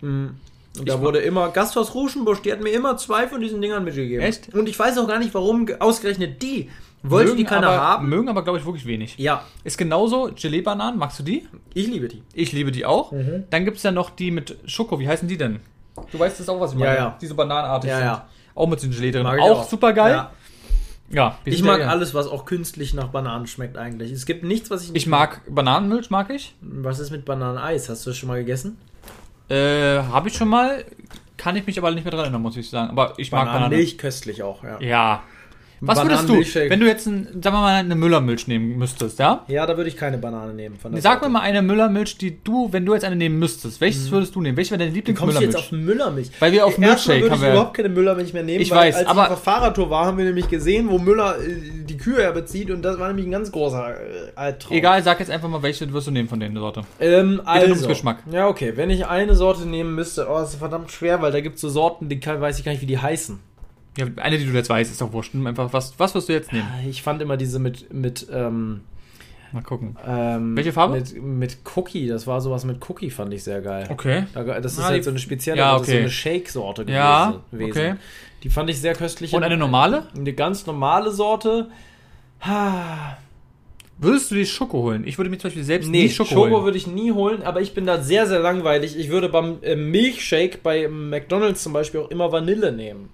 [SPEAKER 1] mh, da
[SPEAKER 2] mag-
[SPEAKER 1] wurde immer Gasthaus Ruschenbusch, die hat mir immer zwei von diesen Dingern mitgegeben.
[SPEAKER 2] Echt?
[SPEAKER 1] Und ich weiß auch gar nicht, warum ge- ausgerechnet die. Wollte die keiner
[SPEAKER 2] aber,
[SPEAKER 1] haben?
[SPEAKER 2] Mögen aber, glaube ich, wirklich wenig.
[SPEAKER 1] Ja,
[SPEAKER 2] Ist genauso Gelee-Bananen. Magst du die?
[SPEAKER 1] ich liebe die.
[SPEAKER 2] Ich liebe die auch.
[SPEAKER 1] Mhm.
[SPEAKER 2] Dann gibt es ja noch die mit Schoko. Wie heißen die denn? Du weißt das auch, was ich
[SPEAKER 1] Ja,
[SPEAKER 2] meine.
[SPEAKER 1] ja.
[SPEAKER 2] Diese bananenartig
[SPEAKER 1] Ja,
[SPEAKER 2] sind.
[SPEAKER 1] ja.
[SPEAKER 2] Auch mit den Gelee drin.
[SPEAKER 1] Mag ich
[SPEAKER 2] Auch, super geil.
[SPEAKER 1] Ja.
[SPEAKER 2] Ja. wir
[SPEAKER 1] Ich
[SPEAKER 2] sind ja
[SPEAKER 1] mag
[SPEAKER 2] eher-
[SPEAKER 1] alles, was auch künstlich nach Bananen schmeckt eigentlich. Es gibt nichts, was ich
[SPEAKER 2] Ich mag Bananenmilch, mag ich.
[SPEAKER 1] Was ist mit Bananeneis? Hast du das schon mal gegessen?
[SPEAKER 2] Äh, Habe ich schon mal. Kann ich mich aber nicht mehr dran erinnern, muss ich sagen. Aber ich mag Bananen.
[SPEAKER 1] Bananenmilch köstlich auch, ja.
[SPEAKER 2] Ja. Was würdest
[SPEAKER 1] Bananenmilchshake.
[SPEAKER 2] du, wenn du jetzt, ein, sagen wir mal, eine Müllermilch nehmen müsstest, ja?
[SPEAKER 1] Ja, da würde ich keine Banane nehmen. Von der
[SPEAKER 2] Sag
[SPEAKER 1] Seite.
[SPEAKER 2] mir mal eine Müllermilch, die du, wenn du jetzt eine nehmen müsstest, welches würdest du nehmen? Welche wäre deine
[SPEAKER 1] Mhm. Kommst du jetzt auf
[SPEAKER 2] Lieblingsmüllermilch?
[SPEAKER 1] Müllermilch?
[SPEAKER 2] Weil wir auf
[SPEAKER 1] Erstmal
[SPEAKER 2] Milchshake
[SPEAKER 1] würde
[SPEAKER 2] haben
[SPEAKER 1] ich
[SPEAKER 2] wir-
[SPEAKER 1] überhaupt keine Müllermilch mehr nehmen.
[SPEAKER 2] Ich
[SPEAKER 1] weil
[SPEAKER 2] weiß,
[SPEAKER 1] als
[SPEAKER 2] aber-
[SPEAKER 1] ich auf Fahrradtour war, haben wir nämlich gesehen, wo Müller äh, die Kühe herbezieht und das war nämlich ein ganz großer äh, Albtraum.
[SPEAKER 2] Egal, sag jetzt einfach mal, welche wirst du nehmen von denen Sorte.
[SPEAKER 1] Ähm,
[SPEAKER 2] ums
[SPEAKER 1] also.
[SPEAKER 2] Geschmack.
[SPEAKER 1] Ja, okay. Wenn ich eine Sorte nehmen müsste, oh, das ist verdammt schwer, weil da gibt es so Sorten, die kann, weiß ich gar nicht, wie die heißen.
[SPEAKER 2] Ja, eine, die du jetzt weißt, ist doch wurscht. Nimm Einfach, was, was wirst du jetzt nehmen?
[SPEAKER 1] Ich fand immer diese mit, mit, ähm,
[SPEAKER 2] Mal gucken.
[SPEAKER 1] ähm,
[SPEAKER 2] Welche Farbe?
[SPEAKER 1] Mit, mit Cookie. Das war sowas mit Cookie, fand ich sehr geil.
[SPEAKER 2] Okay.
[SPEAKER 1] Da- Das ist
[SPEAKER 2] Ah, die-
[SPEAKER 1] halt so eine spezielle,
[SPEAKER 2] Ja,
[SPEAKER 1] das ist so
[SPEAKER 2] okay.
[SPEAKER 1] eine Shake-Sorte gewesen.
[SPEAKER 2] Ja,
[SPEAKER 1] gewesen.
[SPEAKER 2] okay.
[SPEAKER 1] Die fand ich sehr köstlich.
[SPEAKER 2] Und eine normale?
[SPEAKER 1] Eine ganz normale Sorte. Ah,
[SPEAKER 2] Würdest du die Schoko holen? Ich würde mir zum Beispiel selbst
[SPEAKER 1] nee,
[SPEAKER 2] nie
[SPEAKER 1] Schoko,
[SPEAKER 2] Schoko, holen.
[SPEAKER 1] würde ich nie holen, aber ich bin da sehr, sehr langweilig. Ich würde beim äh, Milchshake bei McDonalds zum Beispiel auch immer Vanille nehmen.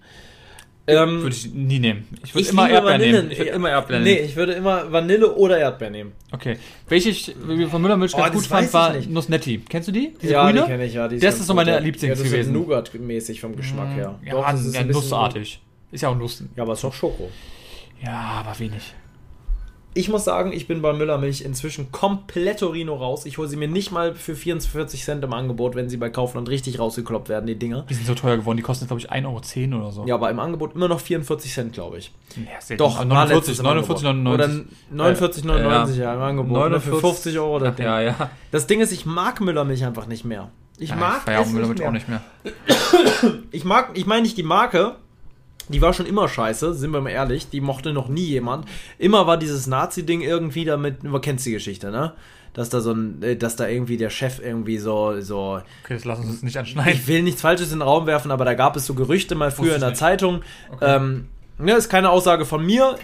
[SPEAKER 1] Ähm,
[SPEAKER 2] Würde ich nie nehmen. Ich würde
[SPEAKER 1] ich
[SPEAKER 2] immer
[SPEAKER 1] liebe
[SPEAKER 2] Erdbeeren
[SPEAKER 1] Vanille.
[SPEAKER 2] nehmen. Ich würde immer Erdbeeren
[SPEAKER 1] Nee,
[SPEAKER 2] nehmen.
[SPEAKER 1] ich würde immer Vanille oder Erdbeer nehmen.
[SPEAKER 2] Okay. Welche ich von Müllermilch
[SPEAKER 1] Oh,
[SPEAKER 2] ganz
[SPEAKER 1] das
[SPEAKER 2] gut fand,
[SPEAKER 1] weiß
[SPEAKER 2] war
[SPEAKER 1] ich nicht.
[SPEAKER 2] Nussnetti. Kennst du die? Diese
[SPEAKER 1] ja,
[SPEAKER 2] grüne?
[SPEAKER 1] die kenne ich, ja. Die
[SPEAKER 2] Das ist
[SPEAKER 1] ganz
[SPEAKER 2] so
[SPEAKER 1] gut,
[SPEAKER 2] meine
[SPEAKER 1] ja.
[SPEAKER 2] Lieblings
[SPEAKER 1] ja, das
[SPEAKER 2] gewesen. Mm,
[SPEAKER 1] Ist Nougat-mäßig vom Geschmack her.
[SPEAKER 2] Hm, Ja,
[SPEAKER 1] Doch, das ist
[SPEAKER 2] ja
[SPEAKER 1] ein bisschen-
[SPEAKER 2] nussartig. Ist ja auch Nussen.
[SPEAKER 1] Ja, aber es ist doch Schoko.
[SPEAKER 2] Ja, aber wenig.
[SPEAKER 1] Ich muss sagen, ich bin bei Müllermilch inzwischen komplett Torino raus. Ich hole sie mir nicht mal für 44 Cent im Angebot, wenn sie bei Kaufland richtig rausgekloppt werden, die Dinger.
[SPEAKER 2] Die sind so teuer geworden. Die kosten, glaube ich, 1,10 Euro oder so.
[SPEAKER 1] Ja, aber im Angebot immer noch 44 Cent, glaube ich.
[SPEAKER 2] Ja, selten.
[SPEAKER 1] Doch,
[SPEAKER 2] Aber
[SPEAKER 1] war
[SPEAKER 2] 49,
[SPEAKER 1] letztens im
[SPEAKER 2] 49,
[SPEAKER 1] Angebot.
[SPEAKER 2] 99.
[SPEAKER 1] Oder 49,99, ja, im Angebot. ne, für 50 Euro das
[SPEAKER 2] Äh, Ach,
[SPEAKER 1] Ding.
[SPEAKER 2] ja, ja.
[SPEAKER 1] Das Ding ist, ich mag Müllermilch einfach nicht mehr. Ich mag
[SPEAKER 2] ja,
[SPEAKER 1] es nicht mehr.
[SPEAKER 2] auch nicht mehr.
[SPEAKER 1] Ich mag, ich meine nicht die Marke. Die war schon immer scheiße, sind wir mal ehrlich. Die mochte noch nie jemand. Immer war dieses Nazi-Ding irgendwie damit. Du kennst die Geschichte, ne? Dass da so ein, äh, dass da irgendwie der Chef irgendwie so, so.
[SPEAKER 2] Okay, das lassen wir uns nicht anschneiden.
[SPEAKER 1] Ich will nichts Falsches in den Raum werfen, aber da gab es so Gerüchte mal früher in
[SPEAKER 2] ich
[SPEAKER 1] der
[SPEAKER 2] nicht.
[SPEAKER 1] Zeitung. Ähm, ne, ist keine Aussage von mir.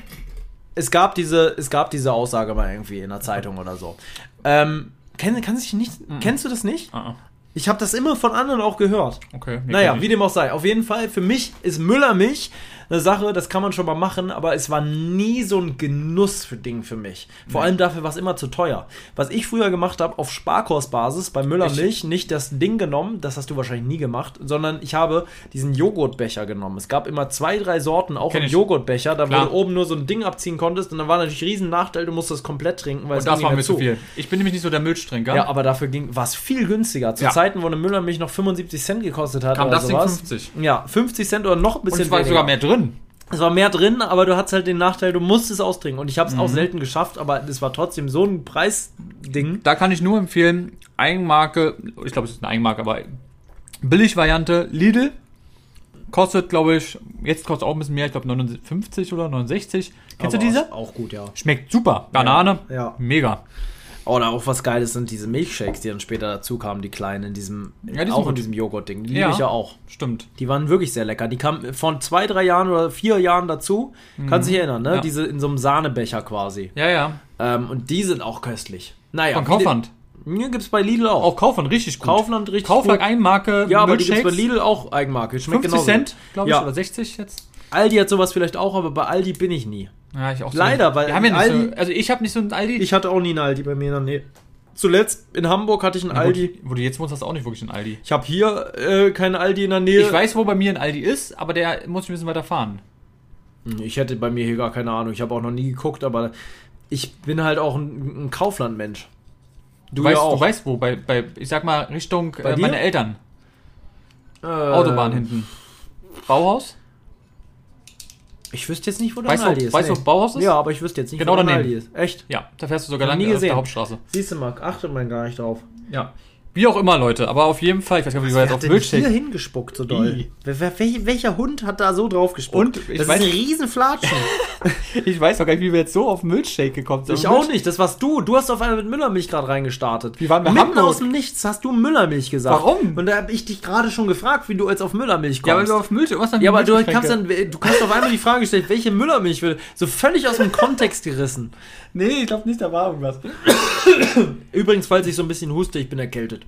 [SPEAKER 1] Es gab diese, es gab diese Aussage mal irgendwie in der Zeitung oder so. Ähm, kenn, kannst du dich nicht,
[SPEAKER 2] Mhm.
[SPEAKER 1] kennst du das nicht?
[SPEAKER 2] Ah,
[SPEAKER 1] Ich habe das immer von anderen auch gehört.
[SPEAKER 2] okay. nee,
[SPEAKER 1] Naja,
[SPEAKER 2] kenn
[SPEAKER 1] wie
[SPEAKER 2] ich.
[SPEAKER 1] dem auch sei. Auf jeden Fall, für mich ist Müllermilch eine Sache, das kann man schon mal machen, aber es war nie so ein Genuss für Ding für mich. Vor allem dafür war es immer zu teuer. Was ich früher gemacht habe, auf Sparkursbasis bei Müllermilch, nicht das Ding genommen, das hast du wahrscheinlich nie gemacht, sondern ich habe diesen Joghurtbecher genommen. Es gab immer zwei, drei Sorten, auch
[SPEAKER 2] Kenn
[SPEAKER 1] im
[SPEAKER 2] ich.
[SPEAKER 1] Joghurtbecher, da
[SPEAKER 2] Klar.
[SPEAKER 1] wo du oben nur so ein Ding abziehen konntest und dann war natürlich ein riesen Nachteil, du musst das komplett trinken, weil es
[SPEAKER 2] Und das
[SPEAKER 1] ging
[SPEAKER 2] war
[SPEAKER 1] nicht
[SPEAKER 2] mir
[SPEAKER 1] mehr
[SPEAKER 2] zu viel. Ich bin nämlich nicht so der Milchtrinker.
[SPEAKER 1] ja, aber dafür ging war es viel günstiger. Zu
[SPEAKER 2] Ja.
[SPEAKER 1] Zeiten, wo eine Müllermilch noch 75 Cent gekostet hat.
[SPEAKER 2] Kam
[SPEAKER 1] oder
[SPEAKER 2] das Ding
[SPEAKER 1] sowas.
[SPEAKER 2] 50?
[SPEAKER 1] Ja, 50 Cent oder noch ein
[SPEAKER 2] Und
[SPEAKER 1] bisschen
[SPEAKER 2] es war
[SPEAKER 1] weniger.
[SPEAKER 2] sogar mehr drin.
[SPEAKER 1] Es war mehr drin, aber du hattest halt den Nachteil, du musstest austrinken. Und ich habe es
[SPEAKER 2] Mhm.
[SPEAKER 1] auch selten geschafft, aber es war trotzdem so ein Preisding.
[SPEAKER 2] Da kann ich nur empfehlen, Eigenmarke, ich glaube, es ist eine Eigenmarke, aber Billigvariante Lidl. Kostet, glaube ich, jetzt kostet auch ein bisschen mehr, ich glaube 59 oder 69. Kennst
[SPEAKER 1] aber
[SPEAKER 2] du diese?
[SPEAKER 1] Auch, auch gut, ja.
[SPEAKER 2] Schmeckt super. Banane,
[SPEAKER 1] Ja, ja.
[SPEAKER 2] mega.
[SPEAKER 1] Oder auch was Geiles sind diese Milchshakes, die dann später dazu kamen, die kleinen in diesem,
[SPEAKER 2] Ja, die sind
[SPEAKER 1] auch in
[SPEAKER 2] gut.
[SPEAKER 1] diesem Joghurt-Ding. Die
[SPEAKER 2] Ja.
[SPEAKER 1] liebe ich ja auch.
[SPEAKER 2] Stimmt.
[SPEAKER 1] Die waren wirklich sehr lecker. Die kamen von zwei, drei Jahren oder vier Jahren dazu. Kannst dich erinnern, ne?
[SPEAKER 2] Mhm. Ja.
[SPEAKER 1] Diese in so einem Sahnebecher quasi.
[SPEAKER 2] Ja, ja.
[SPEAKER 1] Ähm, und die sind auch köstlich. Naja.
[SPEAKER 2] Von
[SPEAKER 1] wie de-
[SPEAKER 2] Kaufland.
[SPEAKER 1] Mir gibt's bei Lidl auch.
[SPEAKER 2] Auch Kaufland, richtig gut.
[SPEAKER 1] Kaufland richtig
[SPEAKER 2] Kaufland,
[SPEAKER 1] gut.
[SPEAKER 2] Eigenmarke,
[SPEAKER 1] Ja, aber die gibt's bei
[SPEAKER 2] Milkshakes.
[SPEAKER 1] Lidl auch Eigenmarke. Schmeckt
[SPEAKER 2] 50
[SPEAKER 1] genauso.
[SPEAKER 2] Cent, glaube ich,
[SPEAKER 1] ja.
[SPEAKER 2] oder 60 jetzt.
[SPEAKER 1] Aldi hat sowas vielleicht auch, aber bei Aldi bin ich nie.
[SPEAKER 2] Ja, ich auch so.
[SPEAKER 1] Leider, weil
[SPEAKER 2] wir haben ja nicht
[SPEAKER 1] Aldi-
[SPEAKER 2] so, also ich habe nicht so einen Aldi.
[SPEAKER 1] Ich hatte auch nie einen Aldi bei mir in der Nähe. Zuletzt in Hamburg hatte ich einen
[SPEAKER 2] Wo-
[SPEAKER 1] Aldi.
[SPEAKER 2] Wo, du jetzt wohnst, hast du auch nicht wirklich einen Aldi.
[SPEAKER 1] Ich habe hier äh, keinen Aldi in der Nähe.
[SPEAKER 2] Ich weiß, wo bei mir ein Aldi ist, aber der muss ich ein bisschen weiter fahren.
[SPEAKER 1] Ich hätte bei mir hier gar keine Ahnung. Ich habe auch noch nie geguckt, aber ich bin halt auch ein, ein Kauflandmensch.
[SPEAKER 2] Du, weißt, du weißt wo, bei, bei, ich sag mal, Richtung äh,
[SPEAKER 1] dir? Ähm.
[SPEAKER 2] meine Eltern.
[SPEAKER 1] Äh,
[SPEAKER 2] Autobahn hinten. Bauhaus?
[SPEAKER 1] Ich wüsste jetzt nicht, wo der
[SPEAKER 2] Weißt du,
[SPEAKER 1] Naldi ist.
[SPEAKER 2] weißt du, wo Bauhaus ist?
[SPEAKER 1] Ja, aber ich wüsste jetzt nicht,
[SPEAKER 2] Genau
[SPEAKER 1] wo der
[SPEAKER 2] daneben.
[SPEAKER 1] Naldi ist. Echt?
[SPEAKER 2] Ja, da fährst du sogar
[SPEAKER 1] Noch
[SPEAKER 2] lang äh,
[SPEAKER 1] nie
[SPEAKER 2] auf der
[SPEAKER 1] gesehen.
[SPEAKER 2] Hauptstraße.
[SPEAKER 1] Siehst du, Marc, achtet man gar nicht drauf.
[SPEAKER 2] Ja. Wie auch immer, Leute, aber auf jeden Fall, ich weiß gar nicht, wie wir jetzt
[SPEAKER 1] Wer hat
[SPEAKER 2] auf
[SPEAKER 1] denn hier
[SPEAKER 2] Milchshake.
[SPEAKER 1] hingespuckt so doll?
[SPEAKER 2] Ih.
[SPEAKER 1] Wer, wer, wel- welcher Hund hat da so drauf gespuckt?
[SPEAKER 2] Und ich
[SPEAKER 1] das
[SPEAKER 2] weiß-
[SPEAKER 1] ist ein Riesenflatschen.
[SPEAKER 2] Ich weiß auch gar nicht, wie wir jetzt so auf Milchshake gekommen sind.
[SPEAKER 1] ich auch nicht, das warst du. Du hast auf einmal mit Müllermilch gerade reingestartet.
[SPEAKER 2] Wie waren wir
[SPEAKER 1] Mitten
[SPEAKER 2] Hamburg?
[SPEAKER 1] aus dem Nichts hast du Müllermilch gesagt.
[SPEAKER 2] Warum?
[SPEAKER 1] Und da habe ich dich gerade schon gefragt, wie du jetzt auf Müllermilch
[SPEAKER 2] Ja, weil
[SPEAKER 1] kommst.
[SPEAKER 2] wir auf Milchshake. Was
[SPEAKER 1] Ja, aber du kannst, dann, du kannst auf einmal die Frage stellen, welche Müllermilch würde. So völlig aus dem Kontext gerissen.
[SPEAKER 2] Nee, ich glaube nicht, da war irgendwas.
[SPEAKER 1] Übrigens, falls ich so ein bisschen huste, ich bin erkältet.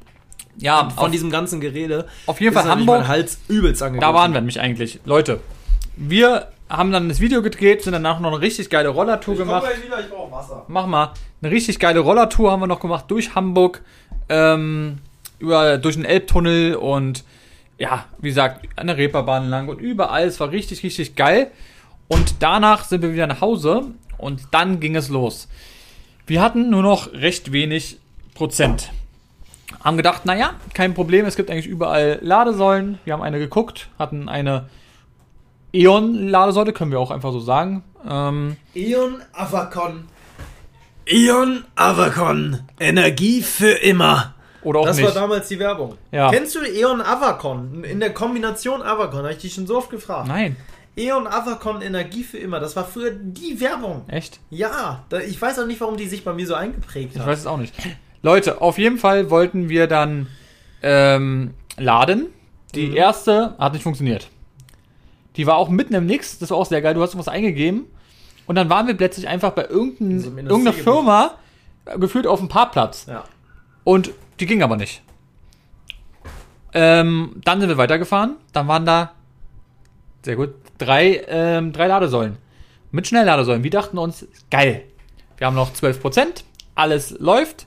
[SPEAKER 2] Ja,
[SPEAKER 1] Von
[SPEAKER 2] auf,
[SPEAKER 1] diesem ganzen Gerede.
[SPEAKER 2] auf jeden
[SPEAKER 1] ist
[SPEAKER 2] Fall
[SPEAKER 1] natürlich
[SPEAKER 2] Hamburg.
[SPEAKER 1] Mein Hals übelst angegriffen.
[SPEAKER 2] Da waren wir nämlich eigentlich. Leute, wir haben dann das Video gedreht, sind danach noch eine richtig geile Rollertour gemacht.
[SPEAKER 1] wieder, ich brauche Wasser.
[SPEAKER 2] Mach mal. Eine richtig geile Rollertour haben wir noch gemacht durch Hamburg, ähm, über, durch den Elbtunnel und ja, wie gesagt, an der Reeperbahn lang und überall. Es war richtig, richtig geil. Und danach sind wir wieder nach Hause und dann ging es los. Wir hatten nur noch recht wenig Prozent. Haben gedacht, naja, kein Problem, es gibt eigentlich überall Ladesäulen. Wir haben eine geguckt, hatten eine Eon-Ladesäule, können wir auch einfach so sagen. Ähm,
[SPEAKER 1] Ion Avacon. Ion Avacon. Energie für immer.
[SPEAKER 2] oder auch
[SPEAKER 1] das
[SPEAKER 2] nicht.
[SPEAKER 1] war damals die Werbung.
[SPEAKER 2] Ja.
[SPEAKER 1] Kennst du Eon Avacon? In der Kombination Avacon, habe ich dich schon so oft gefragt.
[SPEAKER 2] Nein,
[SPEAKER 1] Eon Avacon Energie für immer, das war früher die Werbung.
[SPEAKER 2] echt?
[SPEAKER 1] Ja, da, ich weiß auch nicht, warum die sich bei mir so eingeprägt
[SPEAKER 2] Ich
[SPEAKER 1] hat.
[SPEAKER 2] weiß es auch nicht. Leute, auf jeden Fall wollten wir dann ähm, laden. Die
[SPEAKER 1] Mhm.
[SPEAKER 2] erste hat nicht funktioniert. Die war auch mitten im Nix, das war auch sehr geil. Du hast was eingegeben und dann waren wir plötzlich einfach bei irgendein,
[SPEAKER 1] so einem
[SPEAKER 2] irgendeiner
[SPEAKER 1] Industriegebiet.
[SPEAKER 2] Firma äh, gefühlt auf dem Parkplatz.
[SPEAKER 1] Ja.
[SPEAKER 2] Und die ging aber nicht. Ähm, dann sind wir weitergefahren. Dann waren da, sehr gut, drei, ähm, drei Ladesäulen. Mit Schnellladesäulen. Wir dachten uns, geil. Wir haben noch 12%, alles läuft.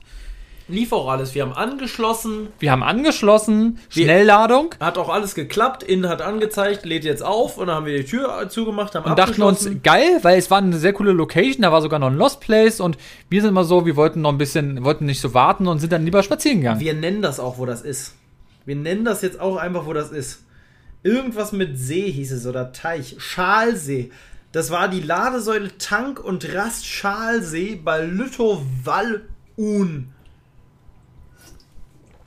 [SPEAKER 1] Lief auch alles. Wir haben angeschlossen,
[SPEAKER 2] Wir haben angeschlossen, Schnellladung.
[SPEAKER 1] hat auch alles geklappt, innen hat angezeigt, lädt jetzt auf und dann haben wir die Tür zugemacht, haben
[SPEAKER 2] Und dachten uns,
[SPEAKER 1] abgeschlossen.
[SPEAKER 2] geil, weil es war eine sehr coole Location, da war sogar noch ein Lost Place und wir sind immer so, wir wollten noch ein bisschen, wollten nicht so warten und sind dann lieber spazieren gegangen.
[SPEAKER 1] Wir nennen das auch, wo das ist. Wir nennen das jetzt auch einfach, wo das ist. Irgendwas mit See hieß es oder Teich. Schalsee. Das war die Ladesäule Tank und Rast Schalsee bei Lüttow-Wallun.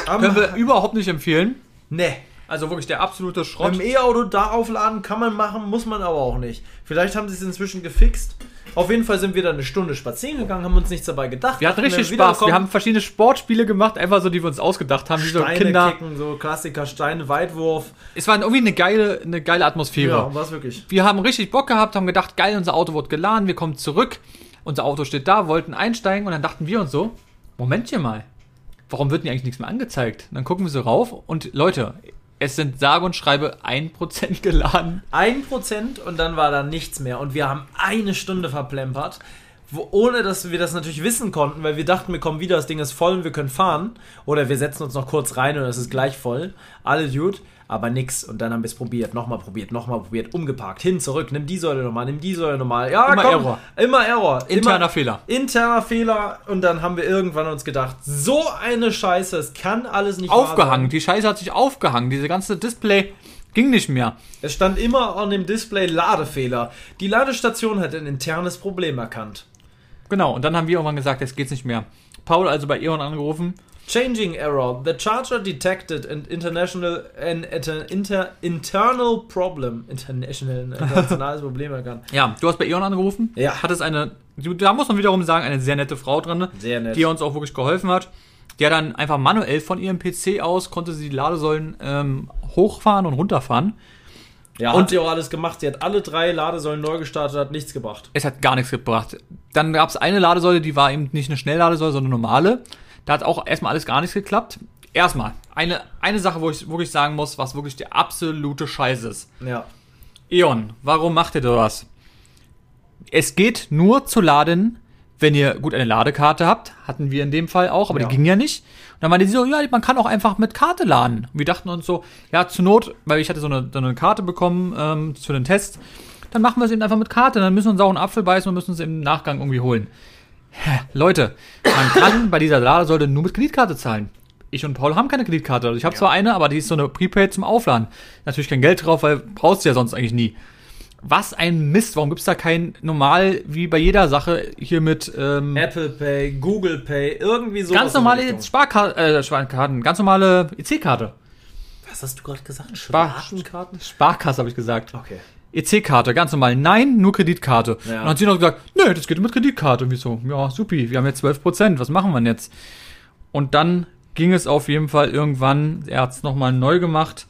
[SPEAKER 1] Am-
[SPEAKER 2] Können wir überhaupt nicht empfehlen.
[SPEAKER 1] Ne.
[SPEAKER 2] Also wirklich der absolute Schrott.
[SPEAKER 1] Beim E-Auto da aufladen kann man machen, muss man aber auch nicht. Vielleicht haben sie es inzwischen gefixt. Auf jeden Fall sind wir dann eine Stunde spazieren gegangen, haben uns nichts dabei gedacht.
[SPEAKER 2] Wir hatten
[SPEAKER 1] Wenn
[SPEAKER 2] richtig Spaß. Wir
[SPEAKER 1] wiederkommen,
[SPEAKER 2] haben verschiedene Sportspiele gemacht, einfach so, die wir uns ausgedacht haben, wie so
[SPEAKER 1] Steine
[SPEAKER 2] Kinder.
[SPEAKER 1] kicken, so Klassiker, Steine, Weitwurf.
[SPEAKER 2] Es war irgendwie eine geile, eine geile Atmosphäre.
[SPEAKER 1] Ja, war es wirklich.
[SPEAKER 2] Wir haben richtig Bock gehabt, haben gedacht, geil, unser Auto wird geladen, wir kommen zurück. Unser Auto steht da, wollten einsteigen und dann dachten wir uns so, Momentchen mal, warum wird denn eigentlich nichts mehr angezeigt? Und dann gucken wir so rauf und Leute, es sind sage und schreibe 1% geladen.
[SPEAKER 1] Ein Prozent und dann war da nichts mehr. Und wir haben eine Stunde verplempert, wo, ohne dass wir das natürlich wissen konnten, weil wir dachten, wir kommen wieder, das Ding ist voll und wir können fahren. Oder wir setzen uns noch kurz rein und es ist gleich voll. Alle Dude, aber nix. Und dann haben wir es probiert, nochmal probiert, nochmal probiert, umgeparkt, hin, zurück, nimm die Säule nochmal, nimm die Säule nochmal. Ja,
[SPEAKER 2] Immer
[SPEAKER 1] komm,
[SPEAKER 2] Error.
[SPEAKER 1] Immer Error.
[SPEAKER 2] Interner
[SPEAKER 1] immer,
[SPEAKER 2] Fehler.
[SPEAKER 1] Interner Fehler. Und dann haben wir irgendwann uns gedacht, so eine Scheiße, es kann alles nicht wahr sein.
[SPEAKER 2] Aufgehangen, die Scheiße hat sich aufgehangen, diese ganze Display ging nicht mehr.
[SPEAKER 1] Es stand immer an dem Display Ladefehler. Die Ladestation hat ein internes Problem erkannt.
[SPEAKER 2] Genau, und dann haben wir irgendwann gesagt, jetzt geht's nicht mehr. Paul also bei Eon angerufen,
[SPEAKER 1] Changing error. The charger detected an international an, at an inter, internal problem. International, ein internationales Problem erkannt.
[SPEAKER 2] Ja, du hast bei Eon angerufen.
[SPEAKER 1] Ja.
[SPEAKER 2] Hattest eine, du- da muss man wiederum sagen, eine sehr nette Frau dran,
[SPEAKER 1] Sehr nett.
[SPEAKER 2] die uns auch wirklich geholfen hat. Die hat dann einfach manuell von ihrem PC aus, konnte sie die Ladesäulen ähm, hochfahren und runterfahren.
[SPEAKER 1] Ja,
[SPEAKER 2] Und-
[SPEAKER 1] hat sie auch alles gemacht. Sie hat alle drei Ladesäulen neu gestartet, hat nichts gebracht.
[SPEAKER 2] Es hat gar nichts gebracht. Dann gab es eine Ladesäule, die war eben nicht eine Schnellladesäule, sondern eine normale. Da hat auch erstmal alles gar nichts geklappt. Erstmal, eine, eine Sache, wo ich wirklich sagen muss, was wirklich der absolute Scheiß ist.
[SPEAKER 1] Ja.
[SPEAKER 2] Eon, warum macht ihr das? Es geht nur zu laden, wenn ihr gut eine Ladekarte habt. Hatten wir in dem Fall auch, aber
[SPEAKER 1] Ja.
[SPEAKER 2] die ging ja nicht. Und dann waren die so, ja, man kann auch einfach mit Karte laden. Und wir dachten uns so, ja, zur Not, weil ich hatte so eine, so eine Karte bekommen ähm, für den Test, dann machen wir es eben einfach mit Karte. Dann müssen wir uns auch einen Apfel beißen und müssen es im Nachgang irgendwie holen. Hä, Leute, man kann bei dieser Ladesäule nur mit Kreditkarte zahlen. Ich und Paul haben keine Kreditkarte. Also ich habe zwar eine, aber die ist so eine Prepaid zum Aufladen. Natürlich kein Geld drauf, weil brauchst du ja sonst eigentlich nie. Was ein Mist, warum gibt's da kein normal, wie bei jeder Sache, hier mit ähm,
[SPEAKER 1] Apple Pay, Google Pay, irgendwie so.
[SPEAKER 2] ganz normale Sparkarten, äh, Sparkarten, ganz normale E EC-Karte.
[SPEAKER 1] Was hast du gerade gesagt?
[SPEAKER 2] Sparkasse, habe ich gesagt.
[SPEAKER 1] Okay.
[SPEAKER 2] EC-Karte, E ganz normal. Nein, nur Kreditkarte.
[SPEAKER 1] Ja.
[SPEAKER 2] Und dann hat sie noch gesagt, nee, das geht mit Kreditkarte. Und wir so, ja, supi, wir haben jetzt 12 Prozent, was machen wir denn jetzt? Und dann ging es auf jeden Fall irgendwann, er hat es nochmal neu gemacht.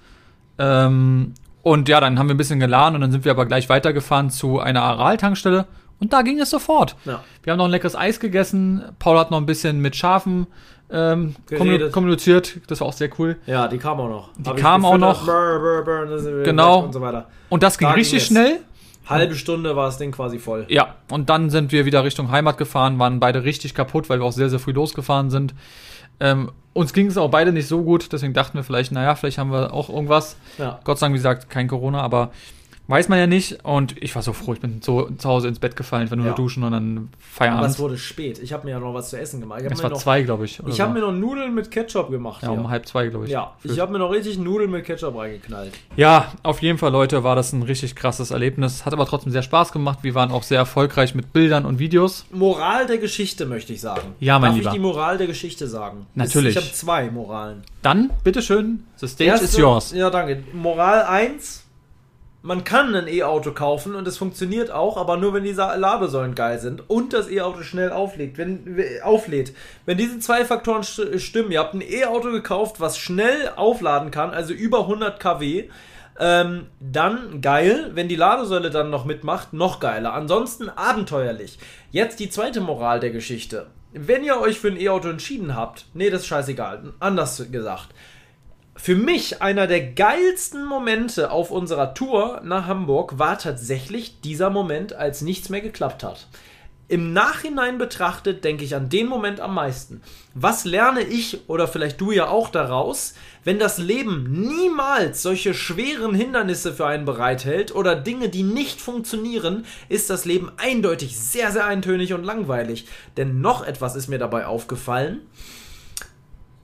[SPEAKER 2] Ähm, und ja, dann haben wir ein bisschen geladen und dann sind wir aber gleich weitergefahren zu einer Aral-Tankstelle. Und da ging es sofort.
[SPEAKER 1] Ja.
[SPEAKER 2] Wir haben noch ein leckeres Eis gegessen. Paul hat noch ein bisschen mit Schafen ähm, kommu-
[SPEAKER 1] Geredet.
[SPEAKER 2] kommuniziert. Das war auch sehr cool.
[SPEAKER 1] Ja, die kam auch noch. Die
[SPEAKER 2] kam auch noch.
[SPEAKER 1] Brr, brr, brr, und dann sind wir
[SPEAKER 2] Genau.
[SPEAKER 1] weg Und so weiter.
[SPEAKER 2] Und das ging
[SPEAKER 1] Da ging
[SPEAKER 2] richtig
[SPEAKER 1] es.
[SPEAKER 2] schnell.
[SPEAKER 1] Halbe Stunde war das Ding quasi voll.
[SPEAKER 2] Ja, und dann sind wir wieder Richtung Heimat gefahren, waren beide richtig kaputt, weil wir auch sehr, sehr früh losgefahren sind. Ähm, uns ging es auch beide nicht so gut, deswegen dachten wir vielleicht, naja, vielleicht haben wir auch irgendwas.
[SPEAKER 1] Ja.
[SPEAKER 2] Gott sei Dank, wie gesagt, kein Corona, aber weiß man ja nicht. Und ich war so froh, ich bin so zu Hause ins Bett gefallen, ich war nur
[SPEAKER 1] Ja.
[SPEAKER 2] duschen und dann
[SPEAKER 1] Aber es
[SPEAKER 2] Feierabend.
[SPEAKER 1] wurde spät. Ich habe mir ja noch was zu essen gemacht. Ich habe
[SPEAKER 2] Es
[SPEAKER 1] mir,
[SPEAKER 2] war
[SPEAKER 1] noch-
[SPEAKER 2] zwei, glaube ich. oder
[SPEAKER 1] ich
[SPEAKER 2] so.
[SPEAKER 1] hab mir noch Nudeln mit Ketchup gemacht.
[SPEAKER 2] ja, um halb zwei, glaube ich.
[SPEAKER 1] ja, ich
[SPEAKER 2] Gefühlt.
[SPEAKER 1] habe mir noch richtig Nudeln mit Ketchup reingeknallt.
[SPEAKER 2] Ja, auf jeden Fall, Leute, war das ein richtig krasses Erlebnis. Hat aber trotzdem sehr Spaß gemacht. Wir waren auch sehr erfolgreich mit Bildern und Videos.
[SPEAKER 1] Moral der Geschichte möchte ich sagen.
[SPEAKER 2] Ja, mein
[SPEAKER 1] Darf
[SPEAKER 2] Lieber.
[SPEAKER 1] ich die Moral der Geschichte sagen?
[SPEAKER 2] Natürlich.
[SPEAKER 1] Ich habe zwei Moralen.
[SPEAKER 2] Dann, bitteschön, the stage is
[SPEAKER 1] Erste-
[SPEAKER 2] yours.
[SPEAKER 1] Ja, danke. Moral 1. Man kann ein E-Auto kaufen und es funktioniert auch, aber nur wenn die Sa- Ladesäulen geil sind und das E-Auto schnell auflädt. Wenn, w- auflädt. wenn diese zwei Faktoren st- stimmen, ihr habt ein E-Auto gekauft, was schnell aufladen kann, also über 100 kW, ähm, dann geil. Wenn die Ladesäule dann noch mitmacht, noch geiler. Ansonsten abenteuerlich. Jetzt die zweite Moral der Geschichte. Wenn ihr euch für ein E-Auto entschieden habt, nee, das ist scheißegal, anders gesagt. Für mich einer der geilsten Momente auf unserer Tour nach Hamburg war tatsächlich dieser Moment, als nichts mehr geklappt hat. Im Nachhinein betrachtet denke ich an den Moment am meisten. Was lerne ich oder vielleicht du ja auch daraus, wenn das Leben niemals solche schweren Hindernisse für einen bereithält oder Dinge, die nicht funktionieren, ist das Leben eindeutig sehr, sehr eintönig und langweilig. Denn noch etwas ist mir dabei aufgefallen